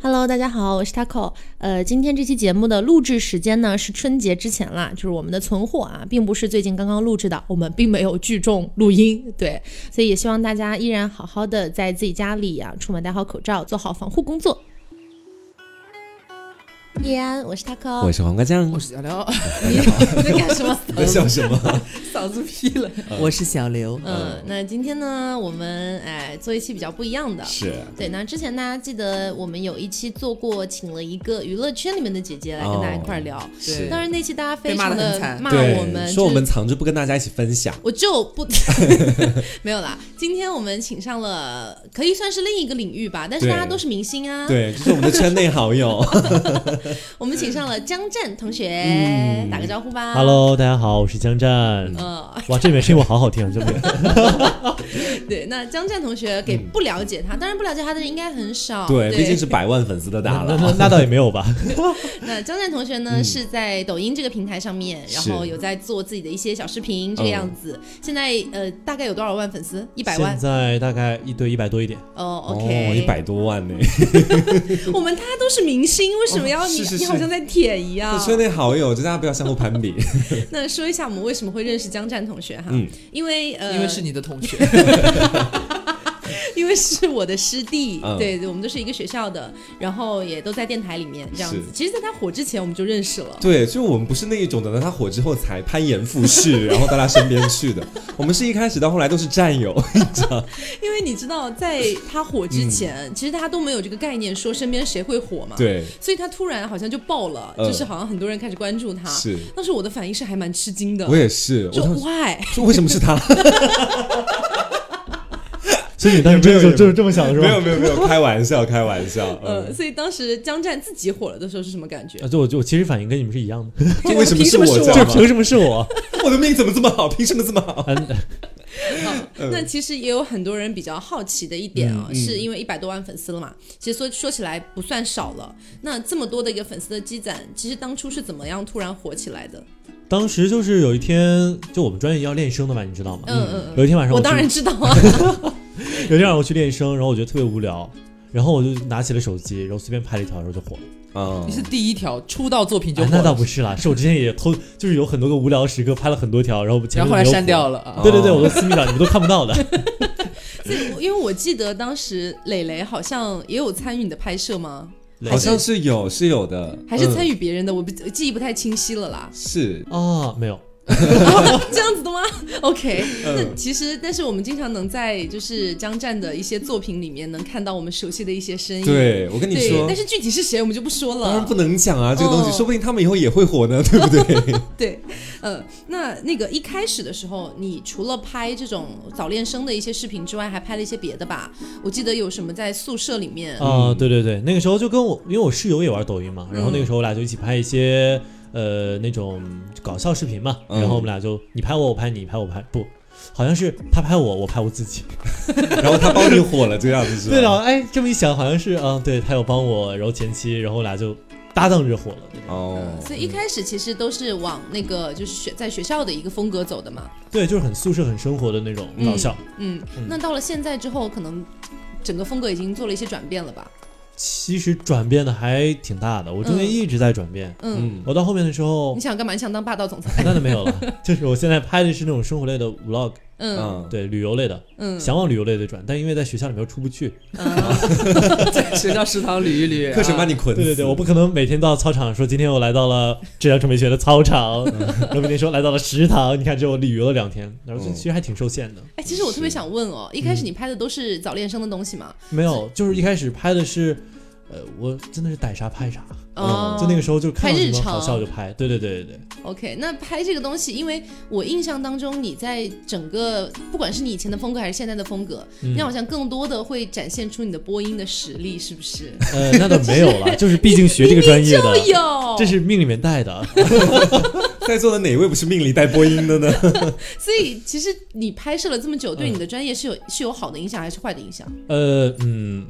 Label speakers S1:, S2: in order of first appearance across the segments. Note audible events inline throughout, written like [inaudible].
S1: Hello，大家好，我是 Taco。呃，今天这期节目的录制时间呢是春节之前啦，就是我们的存货啊，并不是最近刚刚录制的，我们并没有聚众录音，对，所以也希望大家依然好好的在自己家里啊，出门戴好口罩，做好防护工作。叶安，我是 Taco，
S2: 我是黄瓜酱
S3: 我，是小刘，
S1: 你你在干什
S2: [laughs]
S1: 么？
S2: 你在笑什么？
S3: 嗓子劈了。我是小刘，
S1: 嗯，那今天呢，我们哎做一期比较不一样的，
S2: 是
S1: 对，那之前大家记得我们有一期做过，请了一个娱乐圈里面的姐姐来跟大家一块儿聊。
S2: 哦是
S3: 对
S1: 当然那期大家非常
S3: 被骂得
S1: 的
S3: 很惨
S1: 骂
S2: [laughs] 对，
S1: 嗯我们，
S2: 说我
S1: 就是啊
S2: 们藏着不跟大家一起分享，
S1: 我就
S2: [laughs]
S1: 不没有啦。今天我们请上了，可以算是另一个领域吧，但是
S2: 对
S1: 大家都是明星啊。
S2: 对，就是我们的圈内
S1: [laughs]
S2: 好友。
S1: 我们请上了江战同学，
S2: 嗯
S1: 打个招呼吧。
S4: Hello，大家好，我是江战。
S1: 呃，
S4: 哇，这里面声音我好好听，这里面
S1: 对，那江战同学给不了解他，当然不了解他的人应该很少，
S2: 对，毕竟是百万粉丝的大
S1: [laughs]
S4: 那
S2: 佬。
S4: 那那倒也没有吧。
S1: 那江战同学呢、是在抖音这个平台上面，然
S2: 嗯是哦
S1: 后有在做自己的一些小视频这个样子。现在呃，大概有多少万粉丝？一百万
S4: 现。在大概一对一百多一点。
S1: 哦，OK，
S2: 哦，一。百多万呢！
S1: 我们大家都是明星，为什么要你？
S2: 哦是是
S1: 你好
S2: 是
S1: 像在舔一样
S2: 这。圈内好友，就大家不要相互攀比。
S1: 那说一下我们为什么会认识江战同学哈？
S2: 嗯
S1: 因为呃，
S3: 因为是你的同学，
S1: 因为是我的师弟，
S2: 嗯
S1: 对对，我们都是一个学校的，然后也都在电台里面这样子
S2: 是。
S1: 其实，在他火之前我们就认识了。
S2: 对，就我们不是那一种等到他火之后才攀岩附
S1: [laughs]
S2: 势，然后到他身边去的。我们是一开始到后来都是战友，
S1: 因为你知道，在他火之前，其实大家都没有这个概念，说身边谁会火嘛。。
S2: 嗯对，
S1: 所以他突然好像就爆了，
S2: 嗯
S1: 就是好像很多人开始关注他。
S2: 是
S1: 当时我的反应是还蛮吃惊的，
S2: 我也是。我
S1: 呃就
S2: 当时
S1: why？
S2: 说为什么
S1: [laughs]
S2: 是他？
S4: 所以你当时真的
S2: 也没有
S4: 就
S2: 也
S4: 就是这么想是吧？
S2: 没有没有没有，开玩笑开玩笑。
S1: 呃，
S2: 嗯，
S1: 所以当时江战自己火了的时候是什么感觉？
S4: 啊，就我就我其实反应跟你们是一样的，
S2: 就为什么
S1: 凭什
S2: 是
S1: 么
S2: 我
S1: 是
S2: 这
S1: 我
S4: 就
S2: 样吗？
S4: 凭什么是我？
S2: 我的命怎么这么好？凭什么这么好？
S4: 嗯，
S1: 哦
S2: 嗯
S1: 那其实也有很多人比较好奇的一点啊、是因为一百多万粉丝了嘛，其实说说起来不算少了。那这么多的一个粉丝的积攒，其实当初是怎么样突然火起来的？
S4: 当时就是有一天，就我们专业要练声的嘛，你知道吗？
S1: 嗯嗯嗯，
S4: 有一天晚上
S1: 我
S4: 我
S1: 当
S4: 去
S1: 然知道
S2: [laughs]
S1: 啊，
S4: 有一天晚上我去练声，然后我觉得特别无聊，然后我就拿起了手机，然后随便拍了一条，然后就火了。
S2: 嗯
S3: 你是第一条出道作品就
S4: 啊
S3: 火了
S4: 那倒不是啦，是我之前也偷，就是有很多个无聊时刻拍了很多条，然后我前
S3: 然
S4: 面
S3: 后后来
S4: 没有
S3: 删
S4: 火哦
S3: 掉。了啊
S4: 对对对，我的私密照你们都看不到的。
S1: 所以因为我记得当时磊磊好像也有参与你的拍摄吗？
S2: 嗯好
S4: 好
S2: 像是有，是有的，
S1: 还是参
S2: 与、。
S1: 与别人的？我不记忆不太清晰了啦
S2: 是，
S1: 哦
S4: 啊，没有。
S1: 这样子
S2: [laughs]
S1: 的吗？OK，那
S2: 嗯，
S1: 其实但是我们经常能在就是江战的一些作品里面能看到我们熟悉的一些身影。
S2: 对我跟你
S1: 哎对，
S2: 说
S1: 但，是具体是谁我们就不说
S2: 当然
S1: 了
S2: 不。能讲啊，这个东西，
S1: 嗯
S2: 说不定他们以后也会火呢， [laughs] 对不对？
S1: 对，呃，那那个一开始的时候，你除了拍这种早恋生的一些视频之外，还拍了一些别的吧？我记得有什么在宿舍里面，
S2: 哦
S4: 啊、对对对，那个时候就跟我，因为我室友也玩抖音嘛，
S1: 嗯
S4: 然后那个时候我俩就一起拍一些呃那种搞笑视频嘛，
S2: 嗯
S4: 然后我们俩就你拍我，我拍你，你拍我拍不，好像是他拍我，我拍我自己。
S2: 然后他帮你火了，这样子是
S1: 啊
S2: 吧？
S4: 对了，哎，这么一想，好像是啊、对他有帮我，然后前期，然后我俩就搭档着火了。
S1: 嗯
S2: 哦，
S1: 所以一开始其实都是往那个就是学在学校的一个风格走的嘛。
S4: 对，就是很宿舍、很生活的那种搞笑。
S1: 嗯，那到了现在之后，可能整个风格已经做了一些转变了吧？
S4: 其实转变的还挺大的，我中间
S1: 嗯
S4: 一直在转变。
S1: 嗯，
S2: 嗯，
S4: 我到后面的时候
S1: 你，想干嘛？你想当霸道总裁？
S4: [laughs] 那就没有了。就是我现在拍的是那种生活类的 vlog，
S1: 嗯
S2: 嗯，
S4: 对，旅游类的，
S1: 嗯，
S4: 想往旅游类的转，但因为在学校里面又出不去，
S1: 嗯
S3: 在学校食堂捋一捋
S4: [laughs]
S3: 啊，
S2: 课程把你捆死，
S4: 对对对，我不可能每天到操场说今天我来到了浙江传媒学院的操场，然后每天说来到了食堂。你看，这我旅游了两天，然后就
S2: 嗯
S4: 其实还挺受限的。
S1: 哎，其实我特别想问哦，一开始
S4: 嗯
S1: 你拍的都是早恋生的东西嘛？
S4: 没有，就是一开始拍的是，呃，我真的是逮啥拍啥，
S1: 哦，
S4: 嗯就那个时候就看到
S1: 拍
S4: 什
S1: 日
S4: 么
S1: 常
S4: 好笑就拍。对对对对对，
S1: OK，那拍这个东西，因为我印象当中，你在整个不管是你以前的风格还是现在的风格，
S4: 嗯
S1: 你好像更多的会展现出你的播音的实力，是不是？
S4: [laughs]
S1: 哎
S4: 呃，那倒没有 [laughs] 了，就是毕竟学这个专业
S1: 都
S4: 的，
S1: 有，
S4: 这是命里面带的。
S2: 在座的哪位不是命里带播音的呢？
S1: 所以其实你拍摄了这么久，
S4: 嗯
S1: 对你的专业是有是有好的影响还是坏的影响？
S4: 呃， [laughs] 嗯，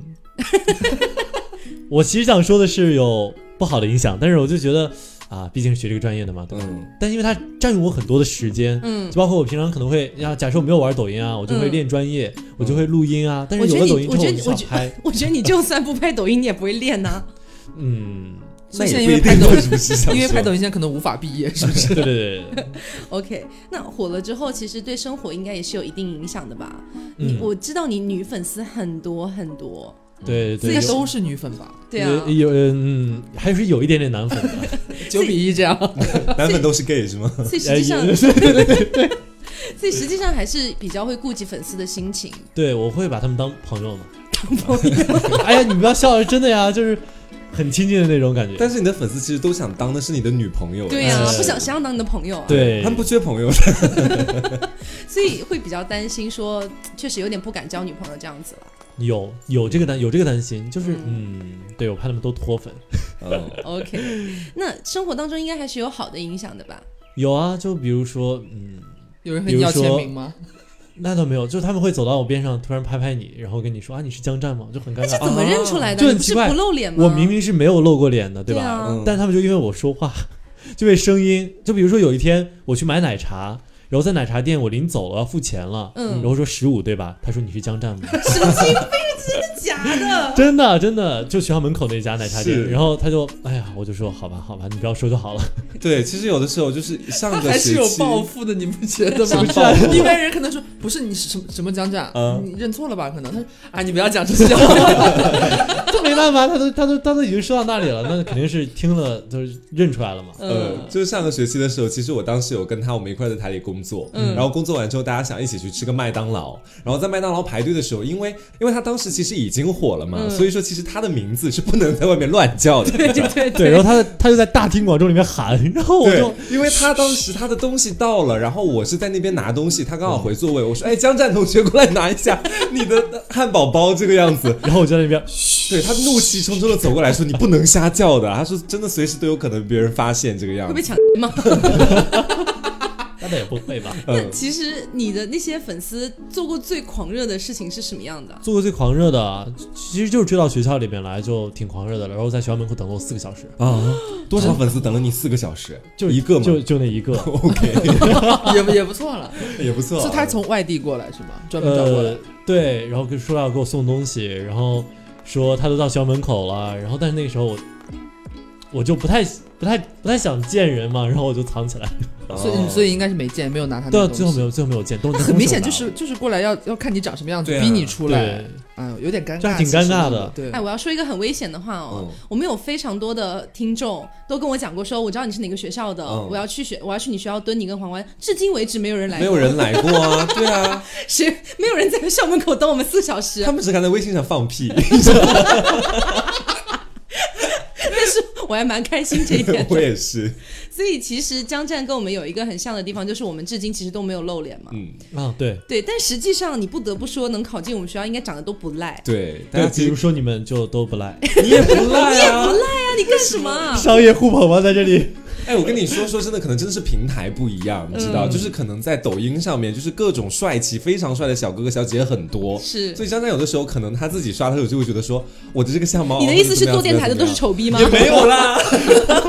S4: 我其实想说的是有不好的影响，但是我就觉得啊、啊，毕竟是学这个专业的嘛，对吧？
S2: [laughs] 嗯
S4: 但因为它占用我很多的时间，
S3: 嗯
S4: 就包括我平常可能会，要假设我没有玩抖音啊，我就会
S3: 嗯
S4: 练专业，我就会录音啊。但是
S3: 我觉
S4: 有
S3: 得
S4: 了
S3: 你
S4: 抖
S3: 嗯我
S4: 音之后，
S3: 觉
S4: 我
S3: 得
S4: 就
S3: 我
S4: 想
S3: 觉
S4: 拍，
S3: 我觉得你就算不拍抖音，你也不会练呐。
S4: 嗯，
S2: 那
S3: 所以现在
S2: 也不
S3: 因为
S2: 一
S3: 拍
S2: 定
S3: 抖
S2: 为什么是想
S3: 因为拍
S2: 说
S3: 抖音现在可能无法毕业，是不是？
S4: 对对对，对
S3: OK，那火了之后，其实对生活应该也是有一定影响的吧？ [laughs] 你
S4: 嗯，
S3: 我知道你女粉丝很多很
S4: [laughs]
S3: 多，
S4: 对
S3: 自
S4: 对
S3: 己
S4: 对，
S3: 都是女粉吧？对啊，
S4: 有有嗯，还是有一点点男粉的，
S3: [laughs] 九比一这样，
S2: [laughs] 男粉都是 gay 是吗？
S1: 所以实际上，
S4: 呃也
S1: [laughs] 所以实际上还是比较会顾及粉丝的心
S4: [laughs]
S1: 情。
S4: 对，我会把他们当朋友嘛。 [laughs] 朋友，哎呀，你不要笑，是真的呀，就是很亲近的那种感觉。
S2: 但是你的粉丝其实都想当的是你的女朋友，
S1: 对呀、啊
S4: 哎
S1: 不想想要当你的朋友啊，
S4: 对，
S2: 他们不缺朋友，
S1: 所以会比较担心说，确实有点不敢交女朋友这样子了。
S4: 有有这个担有这个担心，就是嗯，对我怕他们都脱粉。
S2: 嗯
S1: OK，那
S4: [laughs]
S1: 生活当中应该还是有好的影响的吧？
S4: 有啊，就比如说嗯，
S3: 有人和你要签名吗？
S4: 那倒没有，就是他们会走到我边上，突然拍拍你，然后跟你说啊，你是江战吗？就很尴
S1: 那这
S4: 尬。
S1: 怎么认出来的？
S4: 啊就
S1: 你
S4: 很
S1: 不
S4: 奇
S1: 是
S4: 怪
S1: 不露脸吗？
S4: 我明明是没有露过脸的，对吧？
S1: 对啊
S2: [laughs] 嗯
S4: 但他们就因为我说话，就被声音，就比如说有一天我去买奶茶，然后在奶茶店我临走了要付钱了，
S1: 嗯
S4: 然后说十五对吧？他说你是江战
S1: [laughs]
S4: 吗？
S1: 神经病，
S4: 嗯
S1: 真的
S4: [laughs]
S1: 假的？
S4: 真的真的，就学校门口那家奶茶店，
S2: 是
S4: 然后他就哎呀，我就说好吧好吧，你不要说就好了。 [laughs]
S2: 对，其实有的时候就是上个
S3: [laughs] 还
S2: 学
S3: 是有
S2: 期，
S3: 报复的，你不觉得
S4: 是
S3: 吗
S4: 不？是啊？
S3: [laughs] 一般人可能说不是你是什么什么讲讲
S2: 嗯，
S3: 你认错了吧？可能他说啊，你不要讲这些话，
S4: 这没办法，他都他都他都已经说到那里了，那肯定是听了就是认
S2: [laughs]
S4: 出来了嘛。
S2: 呃，
S3: 嗯，
S2: 就是上个学期的时候，其实我当时有跟他我们一块在台里工作，然后工作完之后，大家想一起去吃个麦当劳，然后在麦当劳排队的时候，因为因为他当时其实已经火了嘛，所以说其实他的名字是不能在外面乱叫的，[laughs]
S3: [laughs] 对
S4: 对，然后他他就在大庭广众里面喊，然后我就
S2: 对，因为他当时他的东西到了，然后我是在那边拿东西，他刚好回座位，我说：“哎，江战同学过来拿一下 [laughs] 你的汉堡包。”这个样子，
S4: 然后我就在那边，
S2: 对他怒气冲冲的走过来说：“你不能瞎叫的。”他说：“真的，随时都有可能别人发现这个样
S1: 会被
S2: 子。
S1: 抢吗？
S4: 那倒也不会吧。”
S1: 那
S2: 嗯，
S1: [laughs] 其实你的那些粉丝做过最狂热的事情是什么样的？
S4: 做过最狂热的啊，其实就是追到学校里面来就挺狂热的了，然后在学校门口等了我四个小时，
S2: 啊， [gasps] 多少粉丝等了你四个小时？
S4: 就
S2: 一个吗
S4: 就就那一个，
S2: [laughs] ？OK，
S3: [laughs] 也不也不错了。
S2: 也不错。啊
S3: 是他从外地过来是吗？专门找过来
S4: 呃，，对，然后跟说要给我送东西，然后说他都到学校门口了，然后但是那个时候我我就不太不太不太想见人嘛，然后我就藏起来，
S2: 哦，
S3: 所以所以应该是没见，没有拿他那
S4: 呃到
S3: 个
S4: 最
S3: 东
S4: 后
S3: 西
S4: 没有最后没有见，都
S3: 那很明显就是就是过来要要看你长什么样子
S2: 对，啊
S3: 逼你出来
S4: 啊对，，
S3: 哎呦，有点尴
S4: 这
S3: 尬，
S4: 还挺尴尬的
S3: 其实对
S1: 哎，，我要说一个很危险的话哦，
S2: 嗯
S1: 我们有非常多的听众都跟我讲过说，我知道你是哪个学校的，
S2: 嗯
S1: 我要去学，我要去你学校蹲你跟黄欢，至今为止没有人来
S2: 没
S1: 过，
S2: 有人来过啊，对啊，
S1: [laughs] 谁没有人在校门口等我们四小时
S2: 他，们只敢在微信上
S1: [laughs]
S2: 放屁，。
S1: 但是 [laughs] 我还蛮开心这一点
S2: 我也是，
S1: 所以其实江战跟我们有一个很像的地方，就是我们至今其实都没有露脸嘛。
S2: 嗯，
S4: 啊，对
S1: 对，但实际上你不得不说，能考进我们学校应该长得都不
S2: [laughs]
S1: 赖。
S2: 对，大
S4: 对
S2: 家，
S4: 比
S2: 其
S4: 如
S2: 实
S4: 说你们就都不 [laughs] 赖，
S2: 你也不赖啊，
S1: 那你干什么啊？
S4: 商业互捧吗？在这里，
S2: 哎，我跟你说说真的，可能真的是平台不一样，你知
S1: 嗯
S2: 道，就是可能在抖音上面，就是各种帅气、非常帅的小哥哥小姐姐很多。
S1: 是
S2: 所以江江有的时候可能他自己刷，他有就会觉得说，我的这个相貌，
S1: 你的意思是
S2: 哦
S1: 做电台的都是？丑逼吗？
S2: 怎么样怎么样也没有
S1: [laughs]
S2: 啦。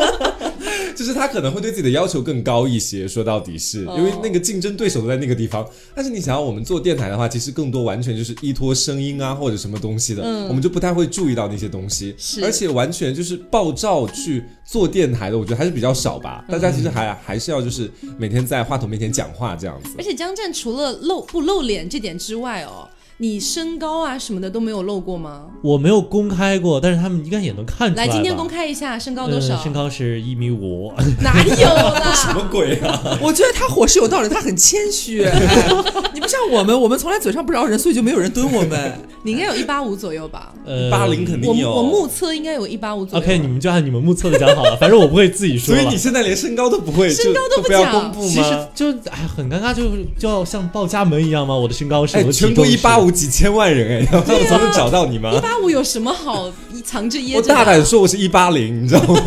S2: 就是他可能会对自己的要求更高一些，说到底是
S1: 哦
S2: 因为那个竞争对手都在那个地方。但是你想要我们做电台的话，其实更多完全就是依托声音啊或者什么东西的，我们就不太会注意到那些东西。
S1: 嗯是
S2: 而且完全就是爆照去做电台的，我觉得还是比较少吧。
S1: 嗯
S2: 大家其实还还是要就是每天在话筒面前讲话这样子
S1: 而。且江战除了露不露脸这点之外哦，你身高啊什么的都没有露过吗？
S4: 我没有公开过，但是他们应该也能看出
S1: 来，
S4: 吧
S1: 今天公开一下身高多少？
S4: 嗯身高是一米五，
S1: 哪有
S2: 什
S4: [laughs]
S1: 啦？
S2: 么鬼啊！
S4: 哎
S3: [laughs] 我觉得他火是有道理，他很谦虚。 [laughs] 哎你不像我们，我们从来嘴上不饶人，所以就没有人蹲我
S4: 哎
S3: 们。
S1: 你应该有一八五左右吧？
S4: 呃，
S2: 八零肯
S1: 我
S2: 定有。
S1: 我目测应该有一八五左右。
S4: OK，你们就按你们目测的讲好了，反正我不会自己说
S2: 所
S4: 了。
S2: 以你现在连身高都不会，
S1: 身高
S2: 就
S1: 都
S2: 都
S1: 不
S2: 不要
S1: 讲
S2: 公布
S4: 其实
S2: 吗？
S4: 就哎很尴尬，就就要像报家门一样吗？我的身高是我
S2: 哎，
S4: 的
S2: 全
S4: 体
S2: 国
S4: 重
S2: 一
S4: 是
S2: 八，五几千万人哎，他
S1: 啊
S2: [laughs] 们总能找到你
S1: 一
S2: 吗？
S1: 八五有什么好藏着掖
S2: 我
S1: 着的？
S2: 大胆说我是一八零，你知道吗？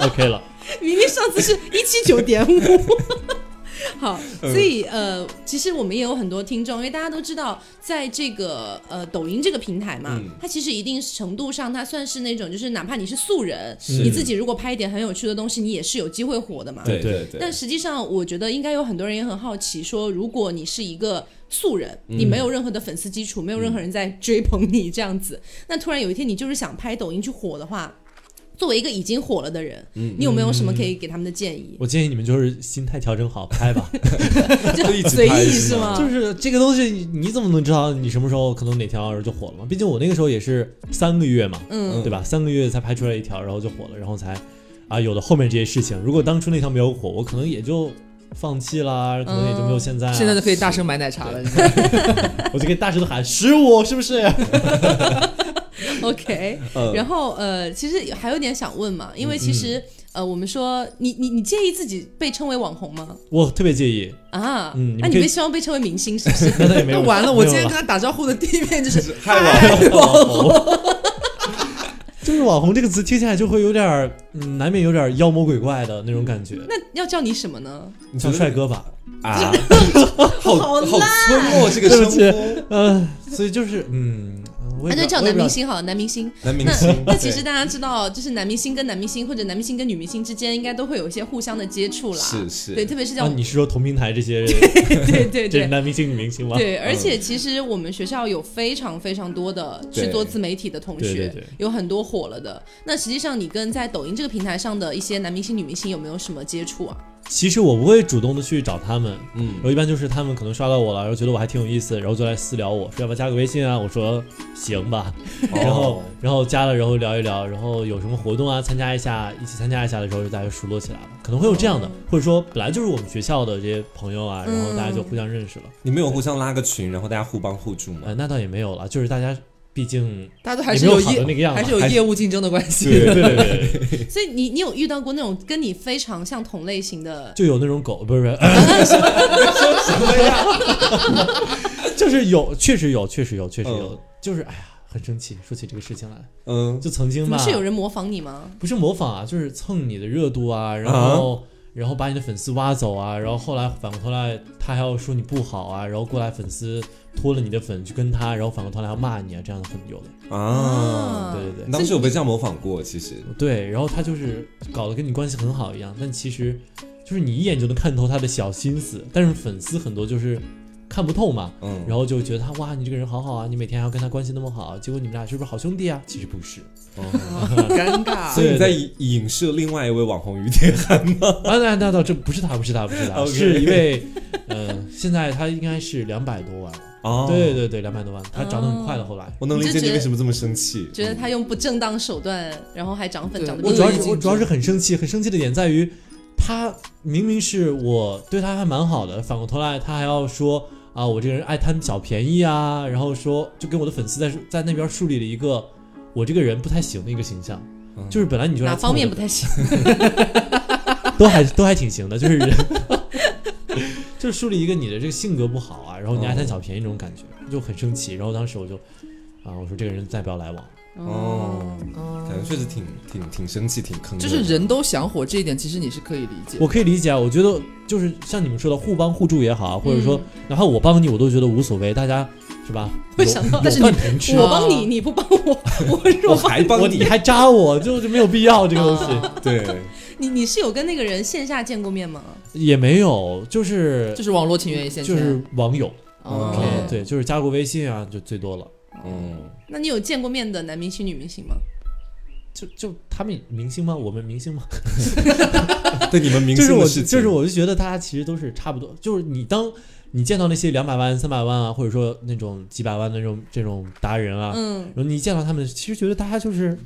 S4: OK 了。
S1: [laughs] 明明上次是一七九点五。 [laughs] 好，
S2: 嗯
S1: 所以呃，其实我们也有很多听众，因为大家都知道，在这个呃抖音这个平台嘛，
S2: 嗯
S1: 它其实一定程度上，它算是那种就是哪怕你是素人，
S2: 是
S1: 你自己如果拍一点很有趣的东西，你也是有机会火的嘛。
S2: 对
S4: 对
S2: 对对，
S1: 但实际上，我觉得应该有很多人也很好奇，说如果你是一个素人，
S4: 嗯
S1: 你没有任何的粉丝基础，没有任何人在追捧你这样子，那突然有一天你就是想拍抖音去火的话，作为一个已经火了的人，你有没有什么可以给他们的建议？
S4: 嗯我建议你们就是心态调整好，
S2: [laughs]
S4: 拍吧。
S1: 就
S2: 就一起
S1: 随
S2: 拍
S1: 意
S2: 是
S1: 是吗？
S2: 吗
S4: 就是这个东西，你你怎么能知道你什么时候可能哪条就火了嘛？毕竟我那个时候也是三个月嘛，
S1: 嗯
S4: 对吧？三个月才拍出来一条，然后就火了，然后才啊有了后面这些事情。如果当初那条没有火，我可能也就放弃啦，可能也
S2: 嗯
S4: 就没有现在、啊。
S3: 现在都可以大声买奶茶了。你知道吗
S4: 我就跟大石头喊十五，是
S2: [laughs]
S4: 不是？
S1: ，OK。
S2: 嗯
S1: [laughs] 然后呃，其实还有点想问嘛，
S4: 嗯
S1: 因为其实、呃，我们说你你你介意自己被称为网红吗？
S4: 我特别介意。
S1: 啊，
S4: 嗯你
S1: 那
S4: 们
S1: 你
S4: 可以
S1: 被希望被称为明星是不是？ [laughs]
S4: 那他也没
S3: 那
S4: 有。
S3: 完了，我今
S4: 没
S3: 天
S4: 有
S3: 跟
S4: 了
S3: 他打招呼的第一面
S4: [laughs]
S3: 就是
S2: 害 [laughs] 了，
S4: 网红。 [laughs] 就是网红这个词听起来就会有点儿，嗯，难免有点儿妖魔鬼怪的那种感觉。
S1: 那要叫你什么呢？
S2: 你觉
S4: 叫
S2: 得
S4: 帅哥吧，
S2: 啊，好好村落这个
S4: 对不
S2: 称
S4: 起
S2: 呼，
S4: 嗯、所以就是，嗯，我
S1: 啊那就
S4: 也不知道
S1: 叫
S4: 我
S1: 男
S4: 也不知道
S1: 明星好了，男明星。
S2: 男明
S1: 那
S2: [laughs] 星。
S1: 那其实
S2: 对
S1: 大家知道，就是男明星跟男明星或者男明星跟女明星之间，应该都会有一些互相的接触啦。
S2: 是是
S1: 对，特别是
S4: 啊，
S1: 像
S4: 你是说同平台这些
S1: 对对
S4: 这
S1: 对
S4: 是男明星、女明星吗？嗯
S1: 对，而且其实我们学校有非常非常多的去做自媒体的同
S4: 对对
S1: 学，
S4: 对对
S1: 有很多火了的。那实际上，你跟在抖音这个平台上的一些男明星、女明星有没有什么接触啊？
S4: 其实我不会主动的去找他们，
S2: 嗯
S4: 我一般就是他们可能刷到我了，然后觉得我还挺有意思，然后就来私聊我，说要不要加个微信啊？我说行吧，
S2: 哦
S4: 然后然后加了，然后聊一聊，然后有什么活动啊，参加一下，一起参加一下的时候，就大家熟络起来了，可能会有这样的，或者说本来就是我们学校的这些朋友啊，然后大家就互相认识了，
S2: 你们有互相拉个群，然后大家互帮互助 [laughs]
S4: 呃，
S2: 吗？
S4: 那倒也没有了，就是大家毕竟
S3: 大家都还是
S4: 也没有好
S3: 业
S4: 的那个样子
S3: 还是有业务竞争的关系。
S4: 对对对，对
S1: 所以你你有遇到过那种跟你非常像同类型的？
S4: [laughs] 就有那种狗，不是不是，就是 [laughs] 有，确实有，确实有，确实有，就是哎呀，很生气，说起这个事情来。
S2: [laughs] 嗯，
S4: 就曾经
S1: 怎
S4: 吧，
S1: 么是有人模仿你吗？
S4: 不是模仿啊，就是蹭你的热度啊，然后、然后把你的粉丝挖走啊，然后后来反过头来他还要说你不好啊，然后过来粉丝脱了你的粉去跟他，然后反过头来要骂你啊，这样的很有的，
S2: 啊，
S1: 啊
S4: 对对对
S2: 当时有被这样模仿过，其实
S4: 对，然后他就是搞得跟你关系很好一样，但其实就是你一眼就能看透他的小心思，但是粉丝很多就是看不透嘛。
S2: 嗯，
S4: 然后就觉得他哇，你这个人好好啊，你每天还要跟他关系那么好，结果你们俩是不是好兄弟啊？其实不是，
S3: [laughs] 尴
S4: [laughs]
S3: 尬
S2: 哦所以你
S4: 对啊
S2: 在
S4: 对
S2: 影影射另外一位网红于 [laughs] 天汉吗？
S4: 啊，那那倒这不是他，不是他，不是他，
S2: OK
S4: 是一位，呃，现在他应该是两百多万，
S2: 哦
S4: 对，对对，两百多万，他涨得很快
S1: 哦
S4: 的。后来，
S2: 我能
S1: 你
S2: 理
S1: 就
S2: 解
S1: 觉
S2: 你
S1: 得
S2: 为什么这么生气，
S1: 觉得他用不正当手段，然后还涨粉，
S3: 对
S1: 涨得
S4: 我
S1: 比
S4: 主要
S1: 你
S4: 是我主要是很生气，很生气的点在于，他明明是我对他还蛮好的，反过头来他还要说啊，我这个人爱贪小便宜啊，然后说就跟我的粉丝在在那边树立了一个我这个人不太行的一个形象，
S2: 嗯
S4: 就是本来你就来
S1: 哪
S4: 蹭
S1: 方
S4: 我
S1: 面
S4: 的
S1: 不太行？
S4: 都还都还挺行的，就是人， [laughs] 就是树立一个你的这个性格不好啊，然后你爱贪小便宜那种感觉，就很生气。然后当时我就啊，我说这个人再不要来往。
S2: 哦，
S3: 嗯
S2: 感觉确实挺挺挺生气，挺坑的。
S3: [laughs] 就是人都想火这一点，其实你是可以理解。
S4: 我可以理解啊，我觉得就是像你们说的互帮互助也好啊，或者
S1: 嗯
S4: 说哪怕我帮你，我都觉得无所谓，大家是吧？
S1: 会想到
S4: 有有饭同吃
S1: 我，帮你，你不帮我，我
S2: 我 [laughs]
S1: 若帮
S2: 还帮
S4: 我你还啊扎我，就就没有必要这个东西。
S1: 啊
S3: 啊
S2: 对，
S1: 你，你是有跟那个人线下见过面吗？
S4: 也没有，就是
S3: 就是网络情缘一线牵，
S4: 就是网友，
S3: 哦 [laughs]
S1: 嗯
S4: 嗯，对，就是加过微信啊，就最多了。
S2: 嗯，
S1: 那你有见过面的男明星、女明星吗？
S4: 就就他们明星吗？我们明星吗？
S2: 对你们明
S4: 就是
S2: 星
S4: 我，
S2: 的事情，
S4: 就是我就觉得大家其实都是差不多，就是你当你见到那些两百万、三百万啊，或者说那种几百万的那种这种达人啊，
S1: 嗯，
S4: 然后你见到他们，其实觉得大家就是。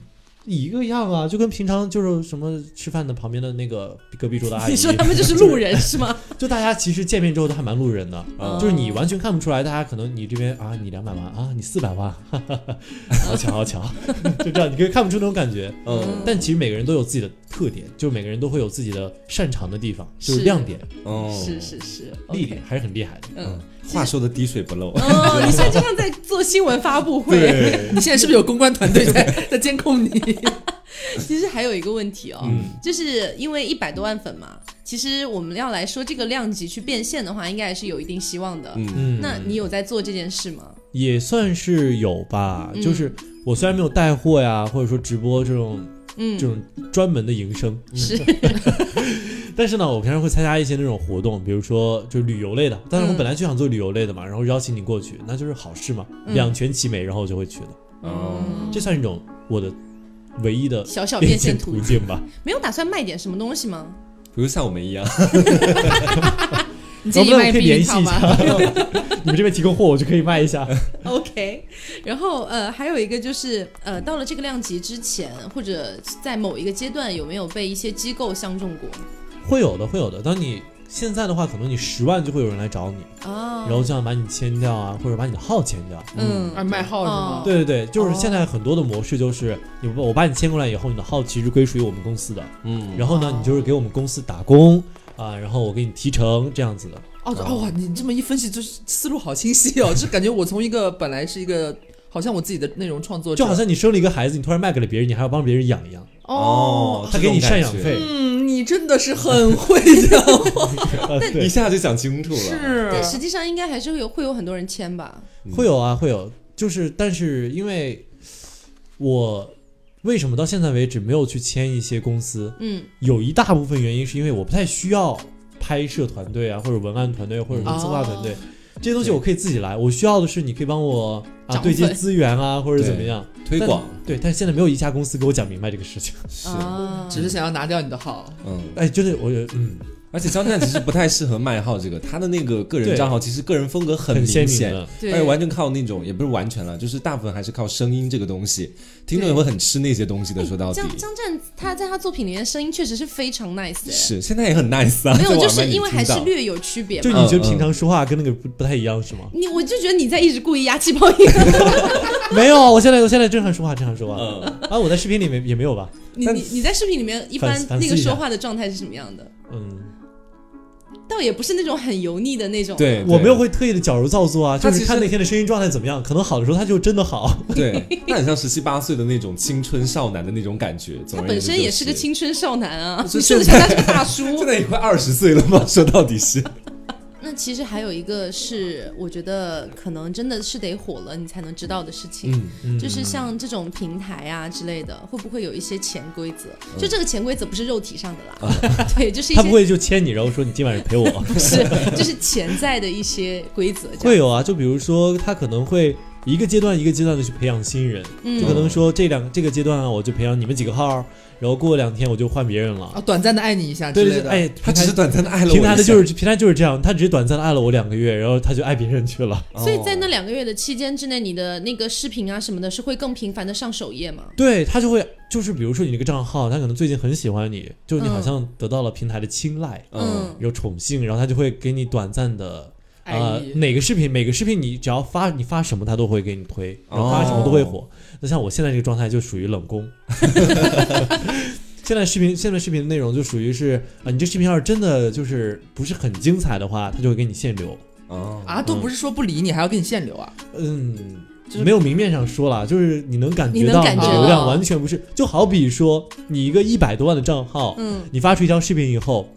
S4: 一个样啊，就跟平常就是什么吃饭的旁边的那个隔壁桌的阿姨，
S1: 你说他们就是路人是吗？
S4: 就大家其实见面之后都还蛮路人的，
S1: 哦
S4: 就是你完全看不出来，大家可能你这边啊，你两百万啊， [laughs] 你四百万，哈哈哈，好巧好巧， [laughs] 就这样，你可以看不出那种感觉。
S2: 嗯
S4: 但其实每个人都有自己的特点，就是每个人都会有自己的擅长的地方，就是
S1: 是
S4: 亮点。
S2: 哦，
S1: 是是是，OK
S4: 丽丽还是很厉害的。
S1: 嗯，
S2: 话说的滴水不漏，
S1: 哦，你现在就像在做新闻发布会。
S2: 对，
S4: [laughs]
S3: 你现在是不是有公关团队在在监控你？
S1: 其实还有一个问题哦，
S2: 嗯
S1: 就是因为一百多万粉嘛，其实我们要来说这个量级去变现的话，应该还是有一定希望的。
S2: 嗯
S4: 嗯，
S1: 那你有在做这件事吗？
S4: 也算是有吧，
S1: 嗯
S4: 就是我虽然没有带货呀，或者说直播这种
S1: 嗯，
S4: 这种专门的营生，
S1: 是，
S4: [laughs] 但是呢，我平常会参加一些那种活动，比如说就是旅游类的。但是我
S1: 嗯
S4: 本来就想做旅游类的嘛，然后邀请你过去，那就是好事嘛，
S1: 嗯
S4: 两全其美，然后我就会去的。
S2: 哦
S1: 嗯，
S4: 这算是一种我的唯一的
S1: 小小变
S4: 变
S1: 现
S4: 现
S1: 途
S4: 途
S1: 径，
S4: 径吧。
S1: 没有打算卖点什么东西吗？
S2: 比如像我们一样，
S1: [laughs] 你自
S4: 要
S1: 己
S4: 不然
S1: 卖
S4: 我可
S1: 避
S4: 以
S1: 孕
S4: 联系
S1: 套
S4: 一
S1: 吧。
S4: 下， [laughs] 你们这边提供货，我就可以卖一下。 [laughs]
S1: [laughs] OK，然后呃，还有一个就是呃，到了这个量级之前，或者在某一个阶段，有没有被一些机构相中过？
S4: 会有的，会有的。当你现在的话，可能你十万就会有人来找你，
S1: 啊
S4: 然，后就想把你签掉啊，或者把你的号签掉。
S1: 嗯，
S3: [laughs] 啊，卖号是吗？
S4: 对对对，就是
S1: 哦
S4: 现在很多的模式就是，你我把你签过来以后，你的号其实归属于我们公司的，
S2: 嗯，
S4: 然后呢，你就是给我们公司打工啊，然后我给你提成这样子的。
S3: 哦哦，哇你这么一分析，就是思路好清晰哦，就感觉我从一个本来是一个好像我自己的内容创作者，
S4: 就好像你生了一个孩子，你突然卖给了别人，你还要帮别人养一样，
S2: 哦，
S4: 他给你赡养
S2: 这种感
S4: 费
S2: 觉，
S3: 嗯，你真的是很会
S4: [laughs]
S3: 讲话，
S4: 啊
S2: 一
S4: 对，
S2: 下就想清楚了。
S3: 是
S1: 但实际上应该还是会有会有很多人签吧？
S2: 嗯
S4: 会有啊，会有，就是但是因为我为什么到现在为止没有去签一些公司，
S1: 嗯
S4: 有一大部分原因是因为我不太需要拍摄团队啊，或者文案团队，或者
S2: 哦
S4: 说策划团队。这些东西我可以自己来，我需要的是你可以帮我啊
S1: 涨
S4: 对接
S1: 粉
S4: 资源啊，或者怎么样
S2: 推广
S4: 但对，但是现在没有一家公司给我讲明白这个事情。 [laughs]
S2: 是，
S1: 啊，
S3: 只是想要拿掉你的号，
S2: 嗯，
S4: 哎，真的，我觉得嗯，
S2: 而且肖战其实不太适合卖号这个，他的那个个人账号其实个人风格很
S4: 很鲜
S2: 明
S4: 明
S2: 显，
S4: 的。
S1: 对
S2: 而且完全靠那种也不是完全了，就是大部分还是靠声音这个东西，听众也会很吃那些东西的。说到底
S1: 张张湛他在他作品里面声音确实是非常 nice 的，
S2: 是，现在也很 nice
S1: [laughs]
S2: 啊。[laughs]
S1: 没有
S2: 在
S1: 就
S2: 网上
S1: 是
S2: 你
S1: 因为还
S2: 听
S1: 是
S2: 到
S1: 略有区别
S4: 就
S1: 嘛。
S4: 你觉
S2: 嗯
S4: 得平常说话跟那个不不太一样是吗？
S1: 你我就觉得你在一直故意压气泡音，
S4: [laughs] 没有，啊我现在我现在正常说话，正常说话。
S2: 嗯
S4: 啊，我在视频里面也没有吧？
S1: 你你你在视频里面一般
S4: 反反思
S1: 那个
S4: 一下
S1: 说话的状态是什么样的？
S4: 嗯，
S1: 倒也不是那种很油腻的那种，
S2: 对，
S4: 我没
S2: 没
S4: 有会特意的矫揉造作啊，
S2: 他
S4: 就
S2: 其实
S4: 是看那天的声音状态怎么样，可能好的时候他就真的好。
S2: 对，他很像十七八岁的那种青春少男的那种感觉。
S1: 他
S2: 总而
S1: 本
S2: 言之
S1: 身
S2: 就
S1: 也是个，青春少男
S2: [laughs]
S1: 啊，
S2: 就
S1: 你
S2: 是
S1: 说的像他是个大叔
S2: 现。在也快二十岁了吗？说到
S1: [laughs]
S2: 底是，
S1: 那其实还有一个是，我觉得可能真的是得火了，你才能知道的事情。
S2: 嗯，
S4: 嗯
S1: 就是像这种平台啊之类的，会不会有一些潜规则？就这个潜规则不是肉体上的啦， [laughs] 对，就是一
S4: 他不
S1: 些
S4: 会就牵你，然后说你今晚上陪我。
S1: 不是，就是潜在的一些规则。这
S4: 会
S1: 样，
S4: 有啊，就比如说他可能会一个阶段一个阶段的去培养新人，
S1: 嗯
S3: 嗯
S4: 就可能说这两这个阶段啊，我就培养你们几个号儿，然后过两天我就换别人
S3: 啊，
S4: 了。
S3: 短暂的爱你一下之
S4: 对
S3: 类
S4: 对
S3: 的，
S4: 对，哎，
S2: 他
S4: 平
S2: 只是
S4: 台
S2: 短暂的爱了我一
S4: 平台的
S2: 下
S4: 就是平台就是这样，他只是短暂的爱了我两个月，然后他就爱别人去了。
S2: 哦
S1: 所以在那两个月的期间之内，你的那个视频啊什么的，是会更频繁的上首页吗？
S4: [laughs] 对他就会就是比如说你那个账号，他可能最近很喜欢你，就
S3: 嗯
S4: 你好像得到了平台的青睐，
S2: 嗯，
S1: 嗯
S4: 有宠幸，然后他就会给你短暂的。
S3: 爱
S4: 呃，
S3: 意
S4: 哪个视频，每个视频你只要发，你发什么他都会给你推，然后发什么都会火。那像我现在这个状态就属于冷宫。 [laughs] 现在视频，现在视频的内容就属于是啊、你这视频要是真的就是不是很精彩的话，他就会给你限流。
S2: 哦，
S3: 啊，都不是说不理你，还要给你限流啊，
S4: 嗯，
S3: 就是
S4: 没有明面上说了，就是你能感
S1: 你
S4: 觉
S1: 能
S4: 到
S1: 感
S4: 你
S3: 觉
S4: 的流
S1: 到
S4: 量完全不是，就好比说你一个一百多万的账号，
S1: 嗯，
S4: 你发出一条视频以后，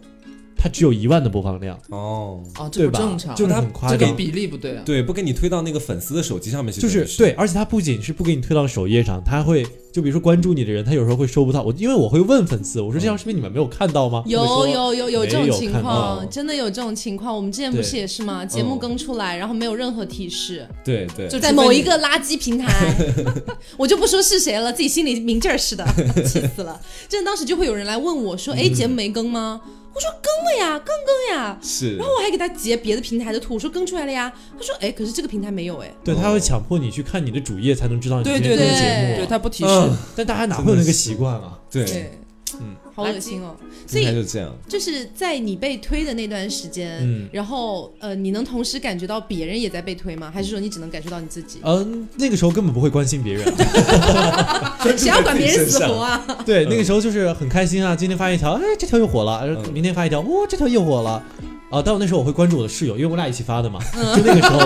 S4: 它只有一万的播放量，
S2: 哦，
S3: 啊，
S4: 对
S3: 这不
S4: 吧？
S3: 正常，
S4: 就
S3: 这
S4: 是
S2: 他
S4: 很夸
S2: 这
S4: 张
S3: 跟。比例不对啊，
S2: 对，不给你推到那个粉丝的手机上面去，
S4: 就是
S2: 等于
S4: 对，，而且它不仅是不给你推到首页上，它还会就比如说关注你的人，他有时候会收不到。我因为我会问粉丝，我说这
S3: 嗯
S4: 条视频你们没有看到吗？他
S1: 有
S4: 会说，
S1: 有有有这种
S4: 没有
S1: 情
S4: 看嗯
S1: 况
S2: 到，
S1: 真的有这种情况。我们之前不是
S4: 对
S1: 也是吗？节目更出来，然后没有任何提示，
S2: 对对，
S3: 就
S1: 在
S3: 除非
S1: 某
S3: 你
S1: 一个垃圾平
S4: [laughs]
S1: 台，我就不说是谁了，自己心里明劲儿似的，气死了。真的，当时就会有人来问我
S4: 嗯
S1: 说：“哎，节目没更吗？”我说：“更了呀，更更呀。”
S2: 是
S1: 然，后我还给他截别的平台的图，我说更出来了呀。他说：“哎，可是这个平台没有哎。
S4: 对，他会强迫你去看你的主页才能知道你今
S3: 对对
S4: 天更
S1: 对
S4: 的节目啊。
S3: 对他不提示
S4: 嗯，，但大家哪会有那个习惯啊？
S2: 对，”
S4: 嗯，
S1: 好恶心哦。所
S2: 平台
S1: 以
S2: 就这样，
S1: 就是在你被推的那段时间，
S4: 嗯
S1: 然后呃，你能同时感觉到别人也在被推吗？还是说你只能感受到你自己？
S4: 嗯，那个时候根本不会关心别人， [laughs]
S1: 谁要管别人死活啊？
S4: 对，那个时候就是很开心啊，今天发一条，哎，这条又火了，然后
S2: 嗯
S4: 明天发一条，哇、这条又火了，啊，但我那时候我会关注我的室友，因为我俩一起发的嘛，
S1: 嗯
S4: 就那个时候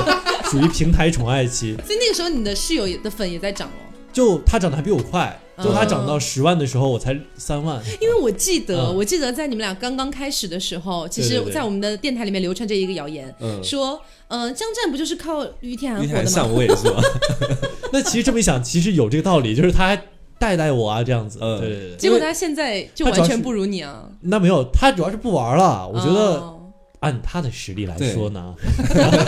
S4: 属于平台宠爱期，
S1: 所以那个时候你的室友也的粉也在涨了。哦
S4: 就他长得还比我快，
S1: 嗯
S4: 就它涨到十万的时候，我才三万。
S1: 因为我记得，
S4: 嗯
S1: 我记得在你们俩刚刚开始的时候，其实
S4: 对对，对
S1: 在我们的电台里面流传着一个谣言，
S2: 嗯，
S1: 说，呃，江战不就是靠于天
S2: 一
S1: 寒火
S2: 台
S1: 的吗？
S2: 上位是吧？
S1: [laughs]
S4: 那其实这么一想，其实有这个道理，就是他还带带我啊，这样子。
S2: 嗯
S4: 对对对，
S1: 结果他现在就完全不如你啊！
S4: 那没有，他主要是不玩了。我觉得
S1: 哦
S4: 按他的实力来说呢， [laughs]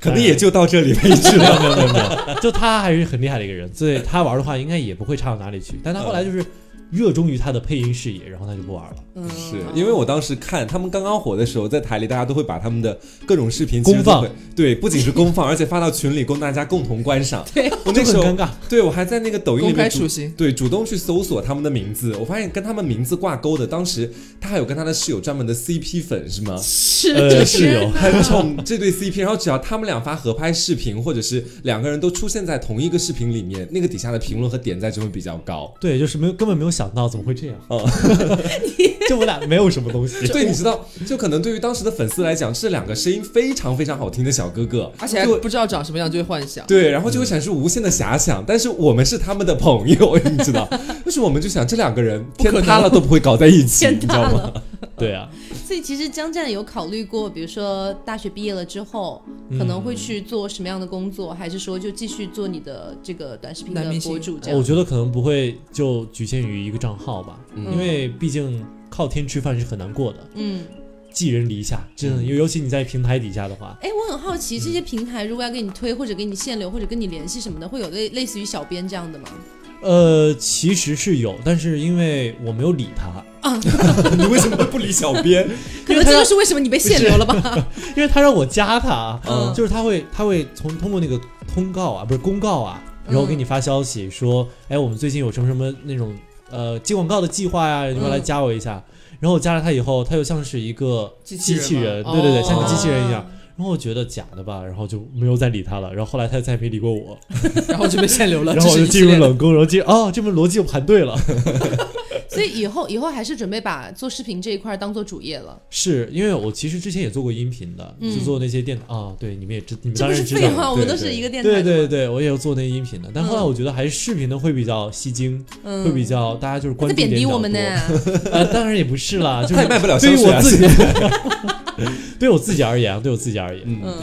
S2: 可能也就到这里为
S1: [laughs]
S2: 止了。
S4: 没有没有没有，就他还是很厉害的一个人，所以他玩的话应该也不会差到哪里去。但他后
S2: 嗯
S4: 来就是热衷于他的配音事业，然后他就不玩了。
S1: 嗯，
S2: 是因为我当时看他们刚刚火的时候，在台里大家都会把他们的各种视频
S4: 公放，
S2: 其实都会对，不仅是公放，而且发到群里供大家共同观赏。
S1: [laughs] 对，
S2: 我那
S4: 就很
S2: 时候
S4: 尴尬，
S2: 对我还在那个抖音里
S3: 公开
S2: 面主
S3: 处刑。
S2: 对，主动去搜索他们的名字，我发现跟他们名字挂钩的，当时他还有跟他的室友专门的 CP 粉
S1: [laughs]
S2: 是吗？
S1: 是
S4: 呃
S1: 这
S4: 室友
S2: 很宠这对 CP，然后只要他们俩发合拍视频，或者是两个人都出现在同一个视频里面，那个底下的评论和点赞就会比较高。
S4: 对，就是没有根本没有想到怎么会这样
S2: 哦。
S4: [laughs] 就我俩没有什么东 [laughs] 西。
S2: 对，你知道， [laughs] 就可能对于当时的粉丝来讲，这两个声音非常非常好听的小哥哥，
S3: 而且还
S2: 就
S3: 不知道长什么样就会幻想。
S2: 对，然后就会产生无限的遐想。但是我们是他们的朋友， [laughs] 你知道，就是我们就想这两个人天
S3: 可能
S2: 塌了都不会搞在一起，你
S1: 天
S2: 知道
S1: 大
S2: 吗？
S1: 了。
S4: 对啊，
S1: 所以其实江战有考虑过，比如说大学毕业了之后，
S4: 嗯
S1: 可能会去做什么样的工作，还是说就继续做你的这个短视频
S3: 男
S1: 的
S3: 明星
S1: 博主这
S4: 哦我
S1: 样？
S4: 觉得可能不会就局限于一个账号吧，
S2: 嗯
S4: 因为毕竟靠天吃饭是很难过的，
S1: 嗯，
S4: 寄人篱下，真的，尤尤其你在平台底下的话，
S1: 哎，我很好奇，这些平台如果要给你推，或者给你限流，或者跟你联系什么的，会有类类似于小编这样的吗？
S4: 呃，其实是有，但是因为我没有理他，
S2: 你为什么不理小编？
S1: 可能这就是为什么你被限流了
S4: [laughs]
S1: 吧？
S4: 因为他让我加他，啊
S1: 嗯
S4: 就是他会他会从通过那个通告啊，不是公告啊，然后给你发消息说，哎，我们最近有什么什么那种呃接广告的计划呀、你们来
S1: 嗯
S4: 加我一下。然后我加了他以后，他就像是一个
S3: 机器
S4: 机
S3: 人
S4: 器
S3: 吗
S4: 人，对对对，
S3: 哦
S4: 像个机器人一样。然后我觉得假的吧，然后就没有再理他了。然后后来他就再也没理过我，
S3: 然后就被限流
S1: 啊
S3: 了。
S4: [laughs] 然后我就
S3: 这是一
S4: 进
S3: 系
S4: 入
S3: 列的
S4: 冷宫，然后进哦，这门逻辑我盘对
S1: [laughs]
S4: 了，
S1: 所以以后以后还是准备把做视频这一块当做主业了，
S4: 是因为我其其实之前也做过音频的，
S1: 嗯
S4: 就做那些电台啊，对，你们也知，你们
S1: 这
S4: [laughs] 当
S1: 不
S4: 然
S1: 是 [laughs]
S4: 知道
S1: 废
S4: 了。
S1: 话，我们
S2: 对
S1: 都是
S2: 对
S1: 一个电台的
S4: 对
S1: 嘛。
S4: 对对，我也有做那音频的，但后来
S1: 嗯
S4: 我觉得还是视频的会比较吸睛，
S1: 嗯，
S4: 会比较大家就是关
S1: 在
S4: 注
S1: 贬
S4: 点比
S1: 低
S4: 较
S1: 我们呢
S4: 多。？呃，当然也不是
S1: [laughs]
S4: 啦，就
S2: 他也
S4: 是
S2: 卖不了
S4: 对
S2: 香
S4: 于
S2: 水
S4: 我
S2: 啊。
S4: 自己， [laughs] 对我自己而言啊，对我自己而言，
S2: 嗯
S1: 嗯，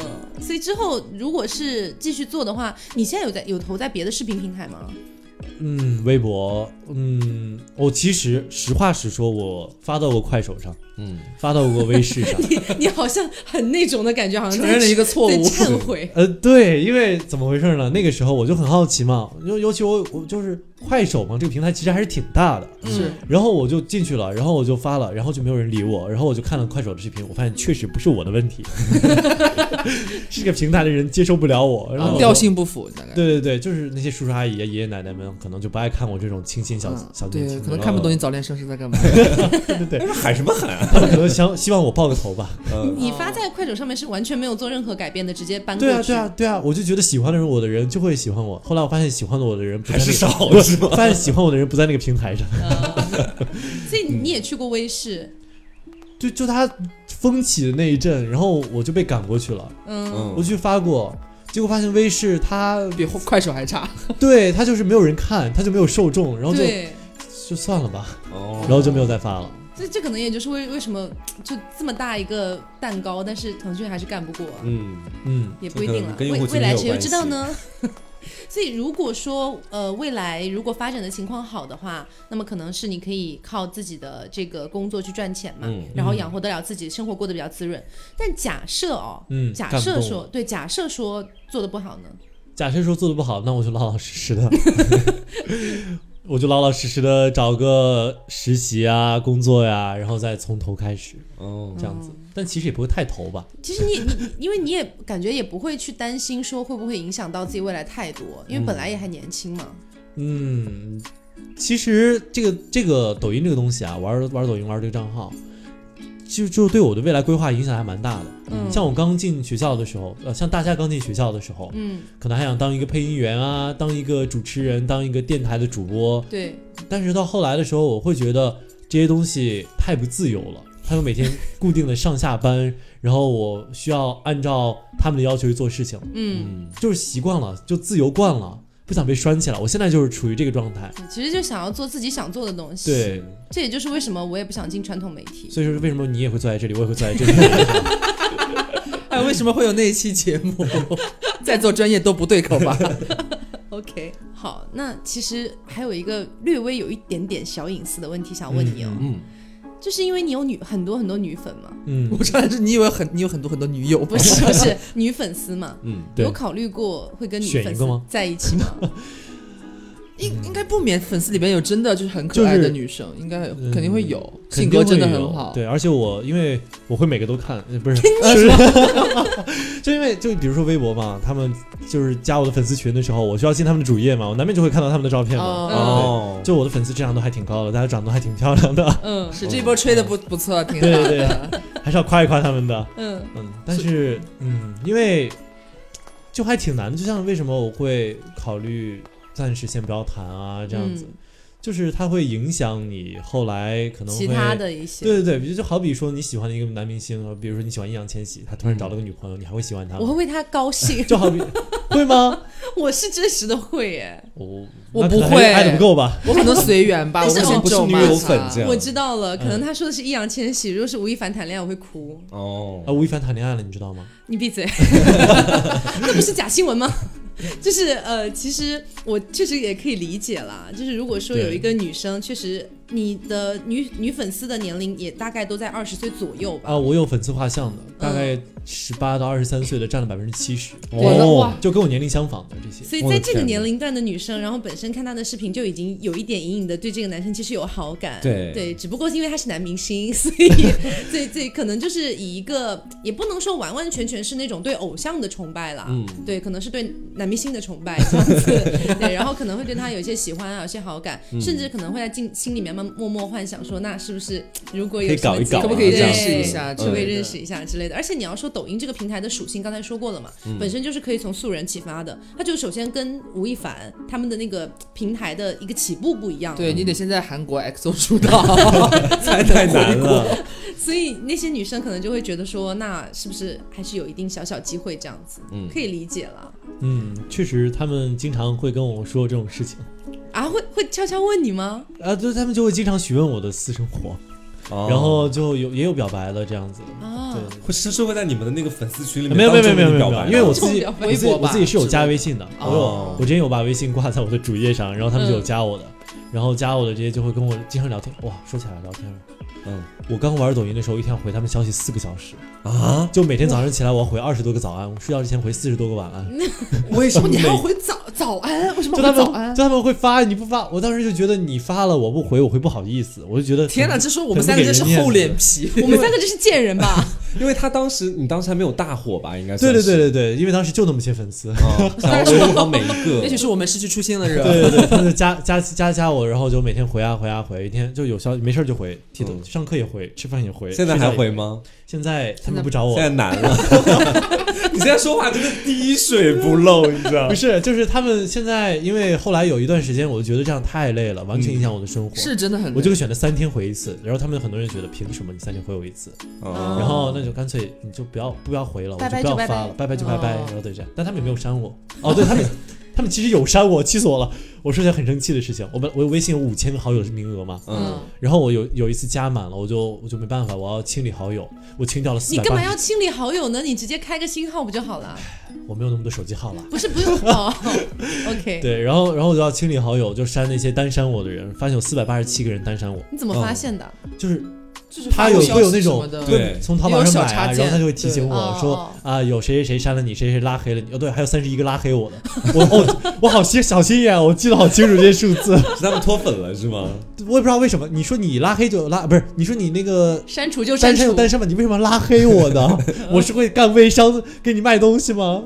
S1: 所以之后如果是继续做的话，你现在有在有投在别的视频平台吗？ [laughs]。
S4: 嗯，微博，嗯，我其实实话实说，我发到过快手上，
S2: 嗯，
S4: 发到过微视上
S1: 你你好像很那种的感觉，好像
S3: 承认了一
S1: 个
S3: 个错
S1: 在
S3: 误。
S1: 忏悔。
S4: [laughs] 呃，对，因为怎么回事呢？那个时候我就很好奇嘛，尤尤其我我就是快手嘛，这个平台其实还是挺大的，
S3: 是
S4: 然后我就进去了，然后我就发了，然后就没有人理我，然后我就看了快手的视频，我发现确实不是我的问
S3: [laughs]
S4: 题，是这个平台的人接受不了我，然后我就
S3: 啊调。性不符，大概。
S4: 对对对，就是那些叔叔阿姨、啊、爷爷奶奶们可能就不爱看我这种清新小、
S3: 嗯
S4: 小年轻
S3: 对，
S4: 的，哦
S3: 可能看不懂你早恋生是在干嘛。 [laughs]
S2: 喊什么喊啊？
S4: 他们可能想希望我爆个头吧。
S2: 嗯，
S1: 你发在快手上面是完全没有做任何改变的，直接搬过
S4: 对
S1: 去。
S4: 啊对啊对啊，我就觉得喜欢的人我的人就会喜欢我。后来我发现喜欢我的人不
S2: 还
S4: 在
S2: 是
S4: 那个
S2: 少
S4: 不
S2: 是吗
S4: [laughs] 发现喜欢我的人不在那个平台上，
S1: 所以你也去过微视，
S4: 就就他风起的那一阵，然后我就被赶过去了。
S1: 嗯，
S4: 我
S2: 嗯，
S4: 去发过，结果发现微视它
S3: 比快手还差，
S4: 对它就是没有人看，它就没有受众，嗯然后就
S1: 对，
S4: 就算了吧，
S2: 哦
S4: 然后就没有再发了。
S1: 这这可能也就是为为什么就这么大一个蛋糕，但是腾讯还是干不过啊。
S2: 嗯，
S4: 嗯，
S1: 也不一定了，
S2: 这可能跟用
S1: 未
S2: 户群
S1: 未来
S2: 有
S1: 谁又
S2: 关
S1: 知
S2: 系
S1: 道呢？ [laughs] 所以如果说呃未来如果发展的情况好的话，那么可能是你可以靠自己的这个工作去赚钱嘛，
S2: 嗯
S1: 然后养活得了自己，生活过得比较滋润。但假设哦，
S4: 嗯
S1: 假
S4: 干不
S1: 设
S4: 动
S1: 说
S4: 了
S1: 对，假设说做的不好呢，
S4: 假设说做的不好，那我就老老实 [laughs] 实的，我就老老实实的找个实习啊、工作呀、然后再从头开始
S2: 哦，
S4: 这样子。但其实也不会太头吧，
S1: 嗯其实你你因为你也感觉也不会去担心说会不会影响到自己未来太多，因为本来也还年轻嘛。
S4: 嗯，其实这个这个抖音这个东西啊，玩玩抖音玩这个账号，就就对我的未来规划影响还蛮大的。
S1: 嗯
S4: 像我刚进学校的时候，呃，像大家刚进学校的时候，
S1: 嗯，
S4: 可能还想当一个配音员啊，当一个主持人，当一个电台的主播。
S1: 对，
S4: 但是到后来的时候，我会觉得这些东西太不自由了。他们每天固定的上下班，然后我需要按照他们的要求去做事情，
S1: 嗯
S2: 嗯，
S4: 就是习惯了，就自由惯了。不想被拴起来。我现在就是处于这个状
S3: 啊
S4: 态，
S1: 其实就想要做自己想做的东西。，
S4: 对，
S1: 这也就是为什么我也不想进传统媒体。
S4: 所以说是为什么你也会坐在这里，我也会坐在这里。
S3: [laughs] [laughs] 哎，为什么会有那一期节目？ [laughs] 在做专业都不对口吧？ [laughs]
S1: OK，好，那其实还有一个略微有一点点小隐私的问题想问你哦，
S2: 嗯，
S1: 就是因为你有女很多很多女粉
S4: [laughs]
S1: 嘛，
S4: 嗯，
S3: 我上来是你以为很你有很多很多女友，
S1: 不是不是女粉丝
S2: [laughs]
S1: 嘛，
S2: 嗯，
S4: 对
S1: 有考虑过会跟女
S4: 选
S1: 粉
S4: 一
S1: 丝
S4: 个吗
S1: 在一起吗？
S3: 应应该不免粉丝里边有真的就是很可爱
S4: 就
S3: 的
S4: 是
S3: 女生，应该
S4: 嗯
S3: 肯定会有，
S4: 肯
S3: 性
S4: 定
S3: 格
S4: 会
S3: 真的
S4: 有
S3: 很好。
S4: 对，而且我因为我会每个都看，呃不是， [laughs] 就因为就比如说微博嘛，他们就是加我的粉丝群的时候，我需要进他们的主页嘛，我难免就会看到他们的照片嘛。
S1: 嗯
S3: 哦，
S2: 哦，
S4: 就我的粉丝质量都还挺高的，大家长得都还挺漂亮的， [laughs]
S1: 嗯
S3: 是这波吹的不不错，挺好
S4: 对
S3: 的。
S4: 对还是要夸一夸他们的。
S1: 嗯
S4: 嗯，但是嗯，因为就还挺难的，就像为什么我会考虑暂时先不要谈啊，这样子，
S1: 嗯
S4: 就是它会影响你后来可能
S1: 其
S4: 会
S1: 他的一些，
S4: 对对对，比如就好比说你喜欢的一个男明星，比如说你喜欢易烊千玺，他突然找了个女朋友，你还会喜欢他
S1: 我会
S4: 吗？，
S1: 为他高兴
S4: [laughs] 就好比会吗？
S1: [laughs] 我是真实的会耶。
S4: 我
S3: 我
S4: 那
S3: 不
S4: 可能还
S3: 会
S4: 爱的不够吧？
S3: 我可能随缘吧，
S1: 但
S3: 我
S1: 是我
S3: 会先
S2: 不是
S3: 咒骂
S2: 女友
S3: 他
S2: 粉这样
S1: 我知道了，可能
S4: 啊嗯
S1: 他说的是易烊千玺，如果是吴亦凡谈恋爱，我会哭。
S2: 哦
S4: 啊，吴亦凡谈恋爱了，你知道吗？
S1: 你闭
S2: [laughs]
S1: 嘴，那不是假新闻吗？就是呃，其实我确实也可以理解啦。就是如果说有
S4: 对
S1: 一个女生，确实你的女女粉丝的年龄也大概都在二十岁左右吧。
S4: 啊，我有粉丝画像的，
S1: 嗯
S4: 大概十八到二十三岁的占了百分之七十，
S3: 我的
S2: 哦
S3: 哇，
S4: 就跟我年龄相仿的
S1: [laughs]
S4: 这些。
S1: 所以
S2: 我的
S1: 在这个
S2: 天
S1: 年
S2: 哪
S1: 龄段的女生，然后本身看他的视频就已经有一点隐隐的对这个男生其实有好感，
S2: 对
S1: 只不过是因为他是男明星，所以 [laughs] 所以所以可能就是以一个也不能说完完全全是那种对偶像的崇拜啦，
S2: 嗯
S1: 对，可能是对男明星的崇拜这样
S2: [laughs]
S1: 子，对，然后可能会对他有一些喜欢啊，有些好感，
S2: 嗯
S1: 甚至可能会在进心里面慢默默幻想说，那是不是如果
S2: 可
S1: 有
S2: 以
S1: 什么
S2: 搞一
S1: 机会
S2: 搞啊
S3: 可不可以
S1: 对
S3: 认识一下
S1: 可
S3: 之
S1: 不可以
S2: 嗯
S3: 类的
S1: 认识一下之类的？而且你要说抖音这个平台的属性，刚才说过了嘛，
S2: 嗯
S1: 本身就是可以从素人启发的。它就首先跟吴亦凡他们的那个平台的一个起步不一样，
S3: 对你得先在韩国 XO 出道， [laughs] 才能
S4: 太 [laughs] 难
S3: 回国。
S4: 了，
S1: 所以那些女生可能就会觉得说，那是不是还是有一定小小机会这样子，
S2: 嗯
S1: 可以理解了。
S4: 嗯，确实，他们经常会跟我说这种事情，
S1: 啊，会会悄悄问你吗？
S4: 啊，就他们就会经常询问我的私生活，
S2: 哦
S4: 然后就有也有表白的这样子，
S3: 嗯
S1: 啊，
S4: 对，
S2: 会是是会在你们的那个粉丝群里面
S4: 没有没有没有
S2: 当
S4: 没
S2: 众
S4: 有
S2: 跟
S4: 没
S2: 你表白吗
S4: 有没有，因为我自
S1: 众
S4: 己
S1: 表白
S4: 我自己
S3: 微博吧
S4: 我自己是有加微信的，我
S2: 哦
S4: 有我之前有把微信挂在我的主页上，然后他们就有加我的，
S3: 嗯
S4: 然后加我的这些就会跟我经常聊天。哇，说起来聊天了，
S2: 嗯
S4: 我刚玩抖音的时候，一天要回他们消息四个小时，
S2: 啊，
S4: 就每天早上起来我要回二十多个早安，我睡觉之前回四十多个晚安。
S2: 为什么
S3: 你还要
S2: 每
S3: 回早早
S1: [laughs]
S3: 安？为什么
S4: 就
S3: 要
S4: 他
S3: 回早安
S4: 们，？就他们会发，你不发，我当时就觉得你发了我不回，我会不好意思，我就觉得
S3: 天哪，
S4: 哪，
S3: 这说我们三个真是厚脸皮。
S1: [laughs] 我们三个真是贱人吧？
S2: 因为他当时你当时还没有大火吧？应该
S4: 对
S2: 算
S4: 对
S2: 是
S4: 对对对，因为当时就那么些粉 [laughs] 丝，
S3: [laughs]
S2: 哦，想要追好每一
S3: 也许
S2: 个，
S4: [laughs]
S3: 是我们失去初心的人。
S4: 对对对，他就加加加加我，然后就每天回啊回啊回，一天就有消息没事儿就回，记得
S2: 嗯
S4: 上课也回，吃饭也回，
S2: 现在
S4: 睡觉
S2: 还
S4: 也
S2: 回？吗？
S4: 现在他们不找我
S2: 现，在难
S4: [laughs]
S2: 了，你现在说话真的滴水不漏，你知道
S4: 不？是，就是他们现在，因为后来有一段时间，我觉得这样太累了，完全影响我的生活。
S3: 是真的很累，
S4: 我就选择三天回一次，然后他们很多人觉得凭什么你三天回我一次？ [laughs]
S2: 哦
S4: 然后那就干脆你就不要不要回了，
S1: 拜拜
S4: 我就不
S1: 就拜
S4: 要
S1: 拜
S4: 发了，拜拜就拜拜，
S3: 哦
S4: 然后对这样。但他们也没有删我。哦，对
S1: [laughs]
S4: 他们，他们其实有删我，气死我了！我说起来很生气的事情，我们我微信有五千个好友的名额嘛，
S2: 嗯，
S4: 然后我有有一次加满了，我就我就没办法，我要清理好友，我清掉了四
S1: 你
S4: 百
S1: 干嘛要
S4: 八，
S1: 清理好友呢？你直接开个新号不就好了？
S4: 我没有那么多手机号了。
S1: 不是不是哦，OK，
S4: 对，然后然后我就要清理好友，就删那些单删我的人，发现有四百八十七个人单删我，
S1: 你怎么发现的？
S4: 就是
S3: 就是
S4: 他有会有那种
S2: 对
S4: 会从淘宝
S3: 有
S4: 上
S3: 小
S4: 买啊，
S3: 插
S4: 然
S3: 件
S4: 后他就会提醒
S1: 对
S4: 我说
S1: 哦
S4: 啊，有谁谁谁删了你，谁谁谁拉黑了你，哦对，还有三十一个拉黑我的，我哦我好心小心眼，我记得好清楚这些数字， [laughs]
S2: 是他们脱粉了是吗？
S4: 我也不知道为什么，你说你拉黑就拉，不是你说你那个。
S1: 删除就
S4: 单
S1: 删
S4: 身有
S1: 除，
S4: 单身吗？你为什么要拉黑我呢？ [laughs] 我是会干微商给你卖东西吗？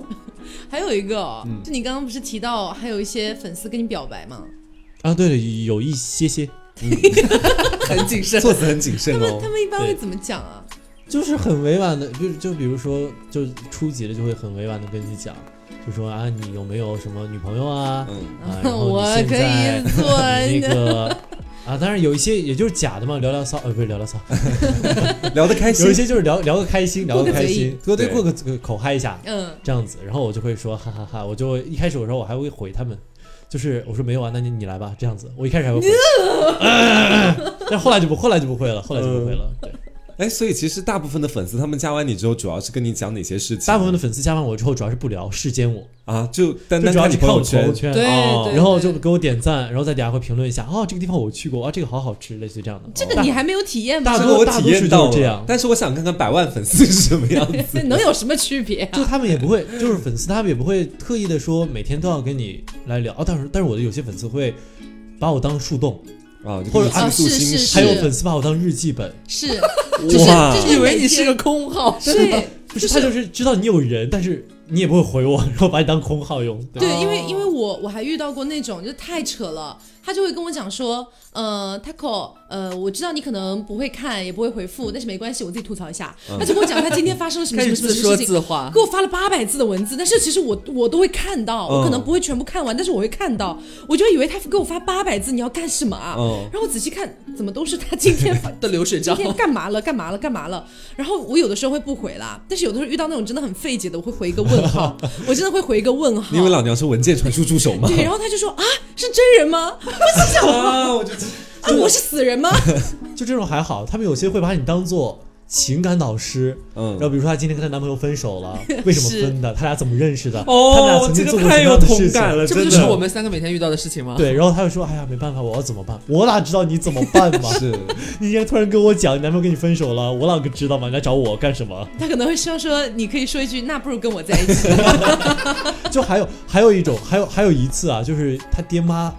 S1: 还有一个哦，就你刚刚不是提到还有一些粉丝跟你表白吗？
S4: 啊，对了，有一些些，
S3: [laughs] 很谨
S4: [laughs]
S3: 慎。
S2: 措辞很谨慎哦
S1: 他。们一般会
S4: 对
S1: 怎么讲啊？
S4: 就是很委婉的，就就比如说，就初级的就会很委婉的跟你讲，就说啊，你有没有什么女朋友啊？
S2: 嗯，
S4: 啊，然后
S1: 我
S4: 你现
S1: 可
S4: 在
S1: 以做
S4: 你
S1: 你
S4: 那个啊，当然有一些也就是假的嘛，聊聊骚，呃，不是聊聊骚，
S2: 嗯聊得开
S4: [laughs] 有
S2: 心
S4: 一，些就是聊聊个开心，聊
S1: 过
S4: 个
S1: 个
S4: 开
S1: 嘴瘾
S4: 心，对对，
S2: 对
S4: 过个嘴口嗨一下
S1: 嗯，
S4: 这样子，然后我就会说哈哈哈我就一开始我说我还会回他们，就是我说没有啊，那你你来吧，这样子，我一开始还会回，但后来就不后来就不会了，后来就不会了，对。
S2: 哎，所以其实大部分的粉丝他们加完你之后，主要是跟你讲哪些事情？
S4: 大部分的粉丝加完我之后，主要是不聊，视奸我，
S2: 啊，就单
S4: 就
S2: 单
S4: 主要
S2: 看
S4: 是
S2: 你
S4: 看
S2: 朋
S4: 我
S2: 友
S4: 朋
S2: 圈，
S4: 友圈，
S1: 对
S2: 哦
S1: 对
S4: 然后就给我点赞，然后在底下会评论一下，哦，这个地方我去过，啊，这个好好吃，类似于这样的。哦
S1: 这个你还没有体验吗
S4: 大？
S2: 这
S4: 多
S2: 个我
S4: 大
S2: 体
S4: 多数
S2: 验
S4: 都
S2: 到
S4: 是
S2: 了
S4: 这样
S2: 但是我想看看百万粉丝是什么样
S1: 那
S2: 子。
S1: [laughs] 能有什么区别啊？
S4: 就他们也不会，就是粉丝他们也不会特意的说每天都要跟你来聊。哦，但是但是我的有些粉丝会把我当树洞，
S2: 啊，就
S4: 或者
S2: 跟你倾诉
S1: 啊是
S2: 心
S1: 是
S2: 事，
S4: 还有粉丝把我当日记本，
S1: 是，
S2: 就哇
S1: 就是
S3: 以为你是个空 [laughs]
S4: [laughs]
S3: 号，
S1: 对
S4: 不是他就是知道你有人，但是你也不会回我，然后把你当空号用。对，
S1: 对，因为
S3: 哦
S1: 因为我我还遇到过那种就太扯了，他就会跟我讲说，呃，Taco，呃，我知道你可能不会看，也不会回复，但是没关系，我自己吐槽一下。他就跟我讲他今天发生了
S3: [laughs]
S1: 什么
S3: 开
S1: 什么
S3: 始
S1: 什
S3: 嗯自
S1: 么什么
S3: 说
S1: 事情。
S3: 自话
S1: 给。我发了八百字的文字，但是其实我我都会看
S3: 嗯
S1: 到，我可能不会全部看完，但是我会看到，我就以为他给我发八百字，你要干什么啊？
S2: 嗯
S1: 然后我仔细看，怎么都是他今天
S3: [laughs]
S1: 发
S3: 的流水
S1: 今
S3: 账，
S1: 天干嘛了？干嘛了？干嘛了？然后我有的时候会不回啦，但是有的时候遇到那种真的很费解的，我会回一个问
S3: [laughs]
S1: 号，我真的会回一个问号。
S2: 你以为老娘是文件传输助手吗？
S4: 哦
S1: 对，然后他就说啊，是真人
S4: [laughs]
S1: 吗？
S2: 啊，我就
S1: 啊，我是死人吗？ [laughs]
S4: 就这种还好，他们有些会把你当做情感导师。
S2: 嗯
S4: 然后，比如说她今天跟她男朋友分手了，为什么
S1: 是
S4: 分的？他俩怎么认识的？他们俩
S2: 哦
S4: 曾，
S2: 这
S4: 经
S2: 个
S4: 做过
S2: 太
S4: 什么
S2: 有
S4: 样的
S2: 同
S4: 事情？
S2: 感了，
S3: 这不
S2: 真
S3: 就是我
S2: 的
S3: 们三个每天遇到的事情吗？，
S4: 对，然后他就说：“哎呀，没办法，我要怎么办？我哪知道你怎么办嘛？
S2: 是
S4: 你今天突然跟我讲你男朋友跟你分手了，我哪个知道嘛？你来找我干什么？
S1: 他可能会希望说，你可以说一句，那不如跟我在一起。
S4: [laughs] 就还有还有一种，还有还有一次啊，就是他爹妈。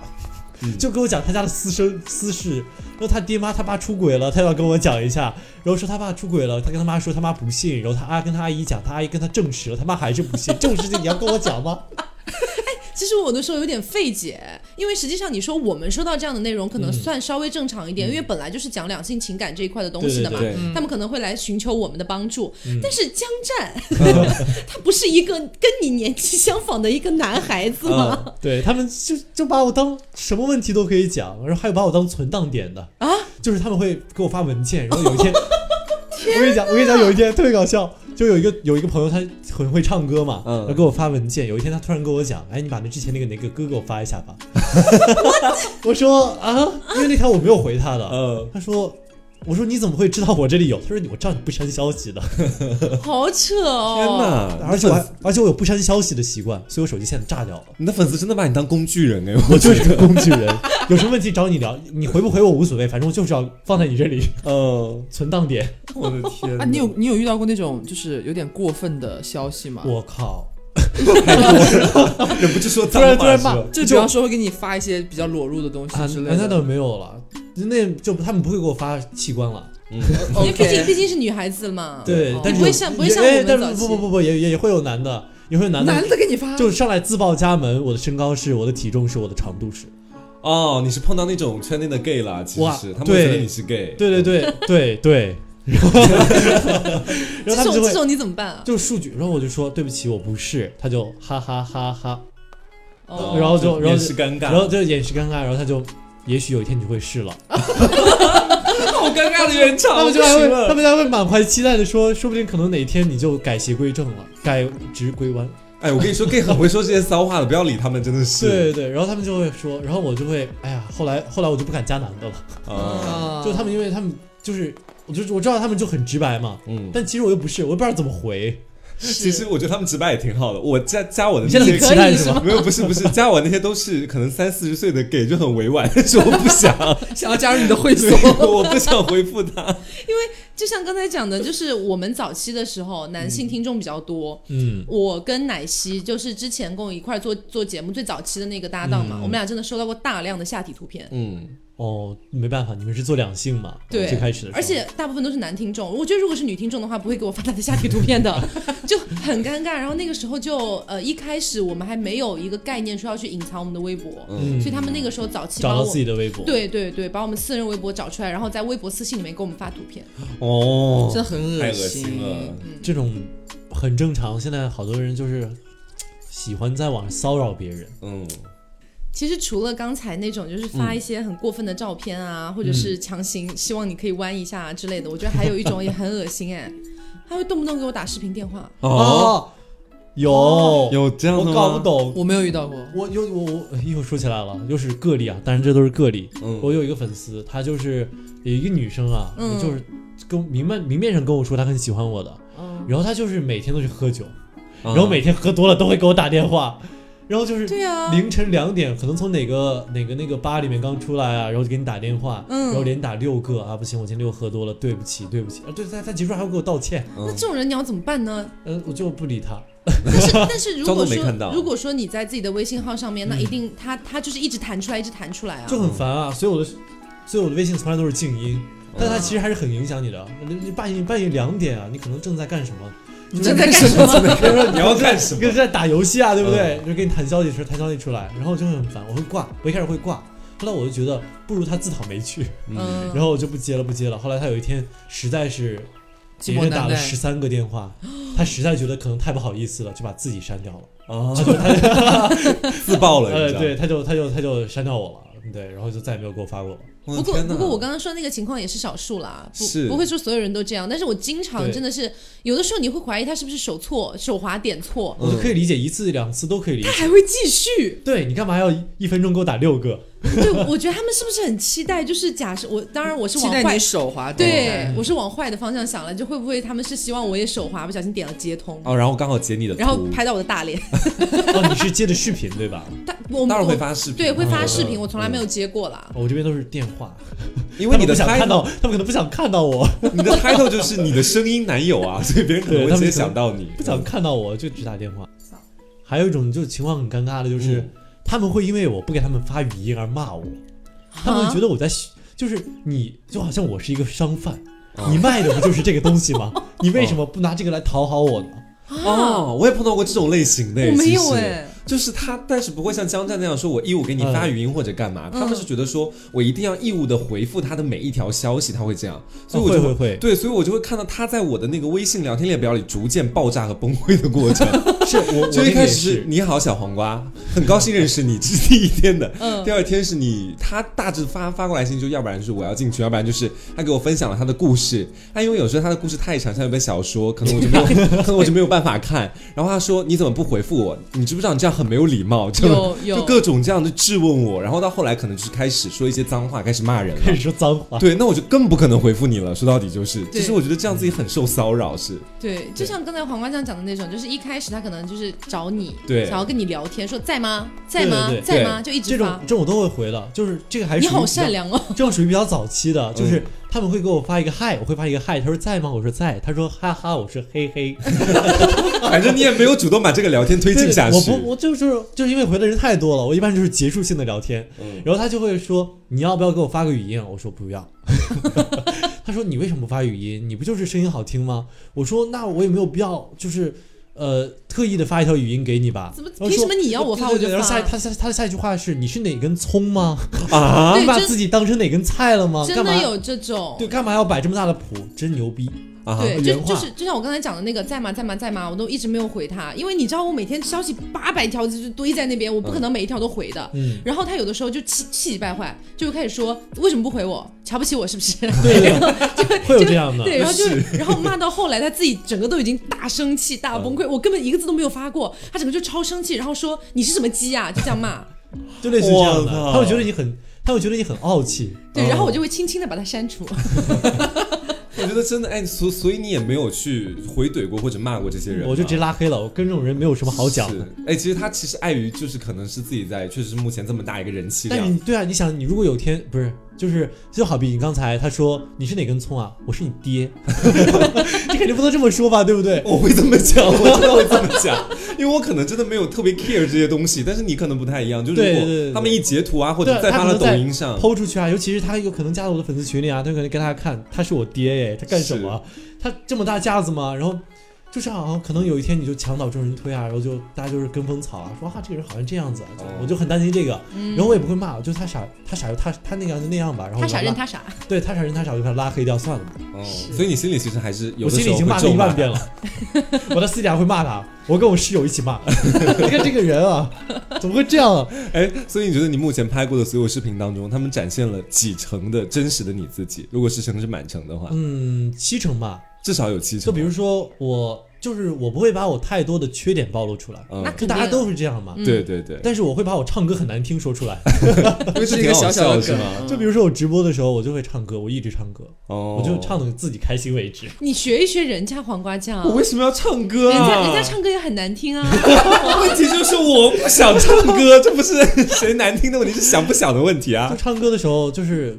S2: 嗯
S4: 就跟我讲他家的私生私事，然后他爹妈他爸出轨了，他要跟我讲一下，然后说他爸出轨了，他跟他妈说他妈不信，然后他阿跟他阿姨讲，他阿姨跟他证实了，他妈还是不信，这种事情你要跟我讲吗？
S1: 其实我有的时候有点费解，因为实际上你说我们收到这样的内容，
S4: 嗯
S1: 可能算稍微正常一点，因为本来就是讲两性情感这一块的东西的嘛。
S2: 对，
S4: 嗯
S1: 他们可能会来寻求我们的帮助，但是江战、
S4: [laughs]
S1: [laughs] 他不是一个跟你年纪相仿的一个男孩子吗？
S2: 嗯，
S4: 对他们就就把我当什么问题都可以讲，然后还有把我当存档点的
S1: 啊，
S4: 就是他们会给我发文件，然后有一天，我跟你讲，我跟你讲，有一天特别搞笑，就有一个有一个朋友他很会唱歌嘛，
S2: 嗯
S4: 然后给我发文件，有一天他突然跟我讲，哎，你把那之前那个那个歌给我发一下
S2: [laughs]
S4: 吧， [laughs] 我说啊，因为那条我没有回他的，
S2: 嗯
S4: 他说。我说你怎么会知道我这里有？他说你我知道你不删消息的，
S2: 嗯
S1: 好扯哦！
S2: 天哪，
S4: 而
S2: 而且
S4: 且我还而且我有不删消息的习惯，所以我手机现在炸掉了。
S2: 你的粉丝真的把你当工具人哎，
S4: 我
S2: 我
S4: 就
S2: 觉
S4: 是
S2: 得，
S4: 个工具人， [laughs] 有什么问题找你聊，你回不回我无所谓，反正我就是要放在你这里
S2: 嗯，
S4: 存档点。
S2: 我的天
S3: 啊，你有你有遇到过那种就是有点过分的消息
S1: 啊
S3: 吗？
S4: 我靠！
S2: 忍不住说
S4: 突
S2: 脏话
S4: 然突然
S2: 是
S4: 骂
S2: 吧，
S3: 就比方说会给你发一些比较裸露的东西
S4: 啊，
S3: 之类
S4: 那
S3: 的。
S4: 倒没有了，那就他们不会给我发器官了。
S1: 因为毕竟
S3: [laughs] OK，
S1: 毕竟是女孩子嘛，
S4: 对
S1: 哦，
S4: 但是
S1: 不会
S4: 有
S1: 像不会
S4: 也
S1: 像
S4: 哎
S1: 我
S4: 但
S1: 们
S4: 是
S1: 早期
S4: 不不不不，也也也会有男的，也会有男的，
S3: 男的给你发，
S4: 就上来自报家门，我的身高是，我的体重是，我的长度是。
S2: 哦，你是碰到那种圈内的 gay 啦，其实
S4: 哇
S2: 是他们
S4: 对
S2: 会觉得你是 gay，
S4: 对对对对对， [laughs] 然后然后他
S1: 这种
S4: 们就
S1: 这
S4: 会
S1: 种你怎么办啊？
S4: 就数据，然后我就说对不起，我不是，他就哈哈哈哈，
S1: 哦
S4: 然后就然后
S2: 也是尴
S4: 然后
S2: 尬，
S4: 就掩饰尴尬，然后他就也许有一天你就会是了。
S2: 好尴尬的原唱
S4: 他们就还
S2: 不
S4: 会
S2: 行，了
S4: 他们还会满怀期待的说，说不定可能哪天你就改邪归正了，改直归弯。
S2: 哎，我跟你说，gay 很会说这些骚话的，不要理他们，真的是。
S4: 对对对，然后他们就会说，然后我就会，哎呀，后来后来我就不敢加男的了，
S2: 啊，
S3: 啊
S4: 就他们因为他们就是，我就我知道他们就很直白嘛，
S2: 嗯，
S4: 但其实我又不是，我又不知道怎么回。
S2: 其实我觉得他们直白也挺好的。我加加我的
S4: 你
S2: 那
S4: 现在
S2: 些
S4: 很期
S1: 可
S4: 待
S1: 以
S4: 是吗？
S2: 没有，不是不是，加我那些都是可能三四十岁的 gay 就很委婉， [laughs] 但是我
S1: [laughs]
S2: 不想，
S3: 想要加入你的会
S2: 对
S3: 所，
S2: 我不想回复他。
S1: 就像刚才讲的，就是我们早期的时候，男性听众比较多。
S4: 嗯，
S1: 我跟奶昔就是之前跟我一块儿做做节目最早期的那个搭档嘛，
S4: 嗯
S1: 我们俩真的收到过大量的下体图片，
S2: 嗯，
S4: 哦，没办法，你们是做两性嘛，哦
S1: 对
S4: 最开始的时候，
S1: 而且大部分都是男听众。我觉得如果是女听众的话，不会给我发她的下体图片
S4: [laughs]
S1: 的，就很尴尬。然后那个时候就呃，一开始我们还没有一个概念说要去隐藏我们的微博，
S4: 嗯
S1: 所以他们那个时候早期
S4: 找
S1: 帮
S4: 到
S1: 我
S4: 自己的微博，，
S1: 对对对，把我们私人微博找出来，然后在微博私信里面给我们发图片。
S2: 哦
S3: 真的很
S2: 太
S3: 恶
S2: 恶心了。
S4: 这种很正常。现在好多人就是喜欢在网上骚扰别人。
S2: 嗯，
S1: 其实除了刚才那种就是发一些很过分的照片啊，或者是强行希望你可以弯一下啊之类的，我觉得还有一种也很恶心哎，他会动不动给我打视频电话，
S2: 哦，，
S4: 有
S2: 有这样的
S4: 哦我
S2: 吗
S4: 搞不懂，
S3: 我没有遇到过。
S4: 我又我我哎又说起来了，又是个例啊，当然这都是个例。
S2: 嗯
S4: 我有一个粉丝，她就是有一个女生啊，
S1: 嗯
S4: 就是跟明面明面上跟我说她很喜欢我的，
S3: 嗯，
S4: 然后她就是每天都去喝酒，
S2: 嗯
S4: 然后每天喝多了都会给我打电话，然后就是
S1: 对啊，
S4: 凌晨两点，可能从哪个哪个那个吧里面刚出来啊，然后就给你打电话，
S1: 嗯
S4: 然后连打六个啊，不行，我今天又喝多了，对不起对不起啊，对他他结束还要给我道歉，
S1: 那
S2: 嗯
S1: 这种人你要怎么办
S4: [laughs]
S1: 呢？
S4: 嗯、我就不理他，
S1: 但是但是如
S2: 装
S1: 果
S2: 作没看
S1: 说
S2: 到
S1: 如果说你在自己的微信号上面，那一定他他就是一直弹出来，一直弹出来啊
S4: 就。很烦啊，所以我的所以我的微信从来都是静音。
S1: 嗯
S4: 但它其实还是很影响你的。你你半夜半夜两点啊，你可能正在干什么？
S3: 你
S1: 正在
S3: 真的
S1: 干
S3: 是
S1: 什么？
S2: 你要干什
S4: 你
S2: 么
S4: [laughs] 可？能在打游戏啊，对不
S1: 嗯
S4: 对？就给你弹消息时弹消息出来，然后我就很烦，我会挂。我一开始会挂，后来我就觉得不如他自讨没趣，
S1: 嗯，
S4: 然后我就不接了，不接了。后来他有一天实在是
S3: 寂
S4: 连
S3: 寞
S4: 着打
S3: 难
S4: 了
S3: 耐
S4: 十三个
S3: [gasps]
S4: 电话，他实在觉得可能太不好意思了，就把自己删掉了。
S2: 哦，
S4: [laughs]
S2: 自爆了，
S4: 呃
S2: 你，知道
S4: 对，，他就他就他就删掉我了，对，然后就再也没有给我发过了。
S1: 不
S2: 我的
S1: 过
S2: 哦天哪
S1: 不过我刚刚说那个情况也是少数啦，不
S2: 是
S1: 不会说所有人都这样。但是我经常
S4: 对
S1: 真的是有的时候你会怀疑他是不是手错手滑点错，
S2: 嗯
S4: 我就可以理解一次两次都可以理
S1: 他
S4: 解。 [laughs]
S1: 还会继续。
S4: 对你干嘛要一一分钟给我打六个？
S1: 对，我觉得他们是不是很期待？就是假设我当然我是
S3: 期
S1: 往
S3: 待
S1: 坏
S3: 你。手滑动
S1: 对，我是往坏的方向想了，就会不会他们是希望我也手滑，不小心点了接通，
S2: 哦，然后刚好截你的图，
S1: 然后拍到我的大脸。
S4: 哦，你是接的视频对吧？
S1: 他我
S2: 当
S1: 们
S2: 然会
S1: 我
S2: 发视频，
S1: 对，会发视
S4: 嗯
S1: 频，我从来没有接过啦。
S4: 哦我这边都是电话，
S2: 因为你的
S4: 他们不
S2: title，
S4: 想看到，他们可能不想看到我，
S2: 你的 title 就是你的声音男友啊，所以别人可能
S4: 对
S2: 会
S4: 他们
S2: 先
S4: 可能
S2: 想到你，
S4: 不想看到我就只打电话。
S1: 嗯
S4: 还有一种就是情况很尴尬的，就是、他们会因为我不给他们发语音而骂我，
S1: 啊
S4: 他们会觉得我在嘘就是你就好像我是一个商贩，
S2: 哦
S4: 你卖的不就是这个东西 [laughs] 吗？你为什么不拿这个来讨好我呢？
S2: 哦，我也碰到过这种类型的，
S1: 我没有
S2: 哎、
S1: 哎，
S2: 就是他，但是不会像江战那样说，我义务给你发语音或者干嘛，
S1: 嗯
S2: 他们是觉得说我一定要义务的回复他的每一条消息，他会这样，所以
S4: 哦
S2: 我就
S4: 会会会
S2: 对，所以我就会看到他在我的那个微信聊天列表里逐渐爆炸和崩溃的过
S4: [laughs]
S2: 程，
S4: 是我我
S2: 就
S4: 那
S2: 一开
S4: 个也
S2: 始是你好小黄瓜，很高兴认识你，这是第一天的。
S1: 嗯
S2: [laughs] 第二天是你他大致发发过来信，就要不然就是我要进群，要不然就是他给我分享了他的故事。他因为有时候他的故事太长，像一本小说，可能我
S1: [laughs]
S2: 就没有，可能我就没有办法看。然后他说你怎么不回复我？你知不知道你这样很没有礼貌？这样
S1: 有有
S2: 就各种这样的质问我。然后到后来可能就是开始说一些脏话，开始骂人
S4: 开
S1: [laughs]
S2: 了
S4: 始。说脏话，
S2: 对，那我就更不可能回复你了。说到底就是，
S1: 对
S2: 其实我觉得这样自己很受骚扰，是
S1: 对，就像刚才黄瓜酱讲的那种，就是一开始他可能就是找你，
S2: 对
S1: 想要跟你聊天，说在吗？在
S4: 对
S1: 吗
S4: 对？
S1: 在吗？就一
S4: 这
S1: 直
S4: 种
S1: 发。
S4: 这种我都会回的，就是这个还是
S1: 你
S4: 属于
S1: 好
S4: 比较
S1: 善良哦，
S4: 这种属于比较早期的，就是他们会给我发一个嗨，我会发一个嗨，他说在吗？我说在，他说哈哈，我说嘿嘿，
S2: 反正你也没有主动把这个聊天推进下去。
S4: 我不，我就是就是因为回的人太多了，我一般就是结束性的聊天，
S2: 嗯
S4: 然后他就会说你要不要给我发个语音啊？我说不要。 [laughs] 他说你为什么不发语音？你不就是声音好听吗？我说那我也没有必要，就是呃特意的发一条语音给你吧。
S1: [laughs] 怎么
S4: 然后
S1: 凭什
S4: 说
S1: 么你要我发我
S4: 对对
S1: 就
S4: 对然后下
S1: 发？
S4: 他下他的下一句话是你是哪根葱吗？
S2: 啊，
S1: 对
S4: 你把
S1: 真
S4: 自己当成哪根菜了吗？
S1: 真
S4: 干嘛
S1: 的有这种
S4: 对，。干嘛要摆这么大的谱？真牛逼！
S2: 啊
S1: 对，
S4: 原
S1: 就
S4: 话
S1: 就是就像我刚才讲的那个，在吗？在吗？在吗？我都一直没有回他，因为你知道我每天消息八百条就是堆在那边，我不可能每一条都回的。 [laughs]
S4: 嗯，
S1: 然后他有的时候就气气急败坏，就会开始说为什么不回我，瞧不起我是不是？
S4: [laughs] 对对，会有这样的。
S1: 对，然后就然后骂到后来，他自己整个都已经大生气、大崩
S4: 嗯
S1: 溃，我根本一个字都没有发过，他整个就超生气，然后说你是什么鸡呀、就这样
S4: [laughs]
S1: 骂。
S4: 就类似于这样的
S2: 我，靠
S4: 他会觉得你很，他会觉得你很傲气，
S1: 对，然后我就会轻轻的把他删除。
S2: 我觉得真的，哎，所所以你也没有去回怼过或者骂过这些人吗，
S4: 我就直接拉黑了。我跟这种人没有什么好讲
S2: 是
S4: 的。。
S2: 哎，其实他其实碍于就是可能是自己在，确实是目前这么大一个人气
S4: 但是
S2: 量，
S4: 你对啊，你想，你如果有天不是，就是就好比你刚才他说你是哪根葱啊，我是你爹， [laughs] 你肯定不能这么说吧，对不对？
S2: 哦我会这么讲， [laughs] 我真的会这么讲，因为我可能真的没有特别 care 这些东西，但是你可能不太一样，就是
S4: 对
S2: 如
S4: 对对
S2: 果
S4: 对
S2: 他们一截图啊，或
S4: 对
S2: 者再
S4: 他
S2: 发到
S4: 可能
S2: 抖
S4: 在
S2: 音上，
S4: 抛出去啊，尤其是他有可能加到我的粉丝群里啊，他有可能给大家看他是我爹耶，他干什么？他这么大架子吗？然后就是好像可能有一天你就墙倒众人推啊，然后就大家就是跟风草啊，说啊这个人好像这样子啊，就
S2: 哦
S4: 我就很担心这个，
S1: 嗯
S4: 然后我也不会骂，就他傻他傻就他他那样就那样吧，然后
S1: 他
S4: 我
S1: 傻
S4: 就
S1: 认
S4: 拉
S1: 他傻，
S4: 对他傻人他傻我就把他拉黑掉算了吧，
S2: 哦，所以你心里其实还是有的
S4: 我心
S2: 时
S4: 里已
S2: 候
S4: 经
S2: 会
S4: 骂了
S2: 咒
S4: 一
S2: 骂 [laughs]
S4: 万遍了，我在私底下会骂他，我跟我室友一起骂，你看这个人啊，怎么会这样啊？
S2: [laughs] 哎，所以你觉得你目前拍过的所有视频当中，他们展现了几成的真实的你自己？如果是成是满成的话，
S4: 嗯，七成吧。
S2: 至少有七成。
S4: 就比如说我，就是我不会把我太多的缺点暴露出来，
S2: 嗯
S1: 那
S4: 就
S1: 肯定
S4: 大家
S1: 啊
S4: 都是这样嘛。
S2: 对对对，
S4: 但是我会把我唱歌很难听说出来，
S2: 嗯因为
S3: 是
S2: 这
S3: 一
S2: 挺
S3: 个
S2: 好
S3: 小小
S2: 笑
S3: 的
S2: 是吗？
S3: 梗，啊
S4: 就比如说我直播的时候，我就会唱歌，我一直唱歌，
S2: 哦，
S4: 我就唱的自己开心为止。
S1: 你学一学人家黄瓜酱
S2: 我，为什么要唱歌
S1: 人
S2: 啊？
S1: 家人家唱歌也很难听啊。
S2: 问题就是我不想唱歌，这不是 [laughs] 谁难听的问题，是想不想的问题
S4: 就
S2: 啊。
S4: 唱歌的时候，就是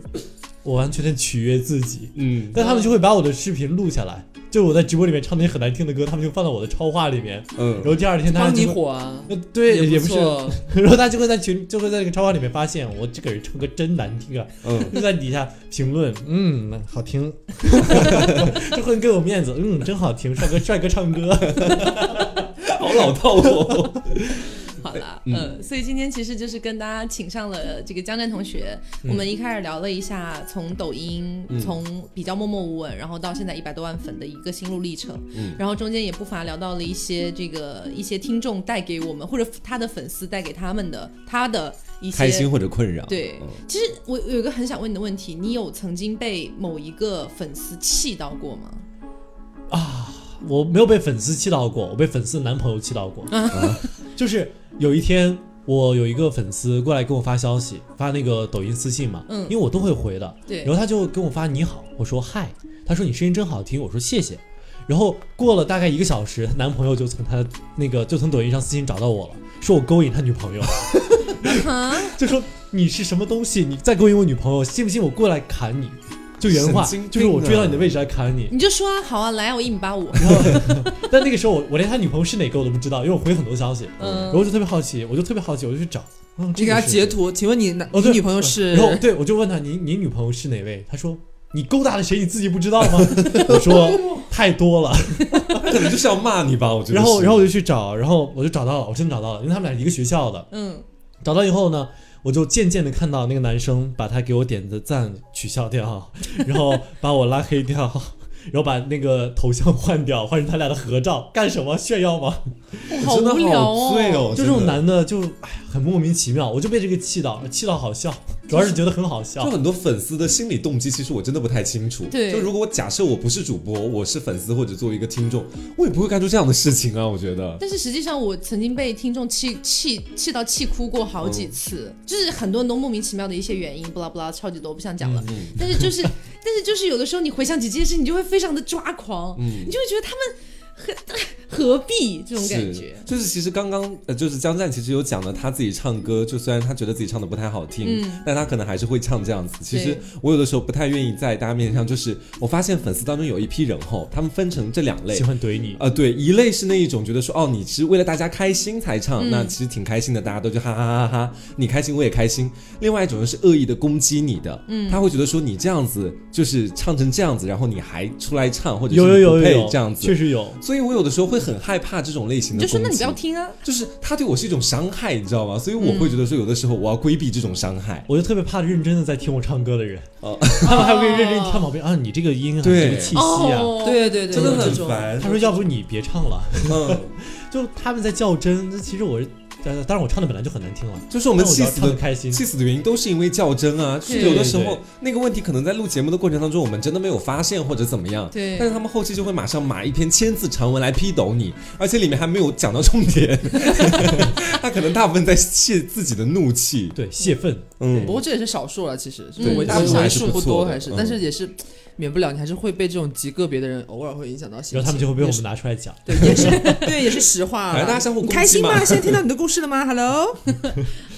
S4: 我完全的取悦自己，
S2: 嗯，
S4: 但他们就会把我的视频录下来，就我在直播里面唱那些很难听的歌，他们就放到我的超话里面，
S2: 嗯
S4: 然，后第二天他
S3: 帮你
S4: 就会。
S3: 火啊，
S4: 呃，对，也
S3: 也
S4: 不是， [laughs]
S3: 错
S4: 然后他就会在群，就会在这个超话里面发现我这个人唱歌真难
S3: [laughs]
S4: 听啊，
S2: 嗯，
S4: 就在底下评论，嗯，好听，就很给我面子，嗯，真好听，帅哥帅哥唱歌，
S3: [laughs]
S2: 好老套哦。
S1: 好了，
S2: 嗯
S1: 呃，所以今天其实就是跟大家请上了这个江战同学。我们一开始聊了一下从抖音，
S2: 嗯
S1: 从比较默默无闻，然后到现在一百多万粉的一个心路历程。
S2: 嗯
S1: 然后中间也不乏聊到了一些这个一些听众带给我们，或者他的粉丝带给他们的他的一些
S2: 开心或者困扰，
S1: 对
S2: 嗯，
S1: 其实我有一个很想问你的问题，你有曾经被某一个粉丝气到过吗？
S4: 我没有被粉丝气到过，我被粉丝男朋友气到过。
S3: 啊
S4: [laughs] 就是有一天，我有一个粉丝过来跟我发消息，发那个抖音私信嘛，
S1: 嗯
S4: 因为我都会回的。
S1: 对
S4: 然后他就跟我发你好，我说嗨，他说你声音真好听，我说谢谢。然后过了大概一个小时，她男朋友就从她那个就从抖音上私信找到我了，说我勾引他女朋友， [laughs]
S1: 啊
S4: 就说你是什么东西，你再勾引我女朋友，信不信我过来砍你？就原话，
S2: 神经病啊
S4: 就是我追到你的位置来砍你。
S1: 你就说啊好啊，来啊我一米八五，
S4: 但那个时候我我连他女朋友是哪个我都不知道，因为我回很多消息，然
S1: 嗯
S4: 后我就特别好奇，我就特别好奇，我就去找，嗯，
S3: 你给他
S4: 他
S3: 截，图，请问你男
S4: 哦
S3: 你
S4: 对
S3: 女朋友是
S4: 然？后对我就问他，你你女朋友是哪位？他说。你勾搭了谁？你自己不知道吗？ [laughs] 我说太多了，
S2: 他可能就是要骂你吧，我觉得是。
S4: 然后然后我就去找，然后我就找到了，我真的找到了，因为他们俩一个学校的。
S1: 嗯，
S4: 找到以后呢，我就渐渐的看到那个男生把他给我点的赞取消掉， [laughs] 然后把我拉黑掉，然后把那个头像换掉，换成他俩的合照，干什么炫耀吗？
S1: 好
S2: 真的
S1: 无聊
S2: 好醉哦，
S4: 就这种
S2: 真的。
S4: 男的就哎呀很莫名其妙，我就被这个气到，气到好笑，主要是觉得很好
S2: 就
S4: 笑。
S2: 很多粉丝的心理动机，其实我真的不太清楚。
S1: 对
S2: 就如果我假设我不是主播，我是粉丝或者作为一个听众，我也不会干出这样的事情啊。我觉得，
S1: 但是实际上，我曾经被听众气气气到气哭过好几
S2: 哦
S1: 次，就是很多人都莫名其妙的一些原因，不啦不啦，超级多，不想讲
S2: 嗯
S1: 了。但是就是，但是就是有的时候你回想起这件事，你就会非常的抓狂，
S2: 嗯
S1: 你就会觉得他们 [coughs] 何何必这种感觉
S2: 是，。就是其实刚刚呃，就是江战其实有讲了他自己唱歌，就虽然他觉得自己唱的不太好听，但他可能还是会唱这样子。其实
S1: 嗯对
S2: 我有的时候不太愿意在大家面前唱，就是我发现粉丝当中有一批人吼，他们分成这两类
S4: 喜。欢怼你，
S2: 呃，对，一类是那一种觉得说，哦，你是为了大家开心才唱，
S1: 嗯
S2: 那其实挺开心的，大家都就哈哈哈哈，你开心我也开心。另外一种人是恶意的攻击你的，嗯，他会觉得说你这样子就是唱成这样子，然后你还出来唱，或者是
S4: 有有
S2: 你
S4: 有
S2: 不
S4: 有
S2: 配
S4: 有，
S2: 这样
S4: 确
S2: 子。
S4: 实有。
S2: 所以我有的时候会很害怕这种类型
S1: 你
S2: 的
S1: 就
S2: 攻
S1: 说
S2: 击。
S1: 那你不要听啊，
S2: 就是他对我是一种伤害，你知道吗？所以我会觉得说，有的时候我要规避这种伤害。
S4: 我就特别怕认真的在听我唱歌的人，
S2: 哦
S4: 他们还会认真地看旁边啊，你这个音啊，你
S2: 对
S4: 这个气息啊，
S1: 哦，，
S3: 对对对，
S2: 真的
S3: 有这
S2: 很
S3: 种
S2: 烦
S4: 他说要不你别唱了， [laughs]
S2: 嗯，
S4: 就他们在较真。那其实我，呃当然我唱的本来就很难听了，
S2: 就是我们
S4: 但
S2: 气
S4: 只要 [laughs]
S2: 死
S4: 唱的
S2: 的。
S4: 开心。
S2: 气死的原因都是因为较真啊，就是有的时
S4: 对对
S2: 候那个问题可能在录节目的过程当中，我们真的没有发现或者怎么样，
S1: 对
S2: 但是他们后期就会马上码一篇千字长文来批斗你，而且里面还没有讲到重点，他可能大部分在泄自己的怒气，
S4: 对，泄愤。
S2: 嗯
S3: 不，过这也是少数了，其实
S2: 对
S3: 我
S2: 但
S3: 大
S2: 是还
S3: 为
S2: 是
S3: 数
S2: 不
S3: 不
S2: 错
S3: 多，
S2: 的
S3: 还是
S2: 嗯，
S3: 但是也是免不了你还是会被这种极个别的人偶尔会影响到心情，
S4: 然后他们就会被
S3: 也
S4: 我们
S3: 是
S4: 拿出来讲，
S3: 对，也是对，也是实话
S2: 反
S3: 了。
S2: 正大家相互
S3: 你
S2: 攻
S3: 开
S2: 击
S3: 心
S2: 嘛
S3: 吗？现在听到你的故事了吗？Hello，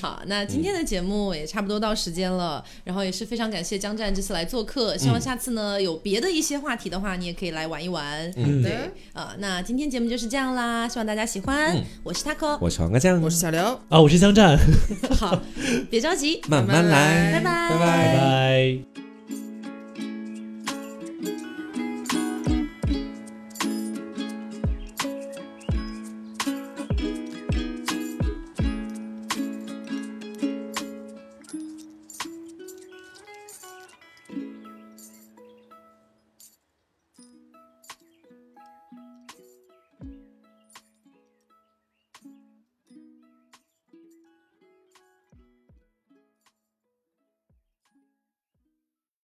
S1: 好，那今天的节目也差不多到时间了，然后也是非常感谢江战这次来做客，希
S2: 嗯
S1: 望下次呢有别的一些话题的话，你也可以来玩一玩。
S4: 嗯
S1: 对，啊、那今天节目就是这样啦，希望大家喜欢。
S2: 嗯
S1: 我是
S2: [laughs]
S1: Taco，
S2: 我是黄瓜酱
S3: 我，是小刘。
S4: 啊，我是江战，
S1: 好，别着急，
S2: 慢慢来，
S1: 拜拜
S2: 拜
S4: 拜
S2: 拜。
S4: 拜。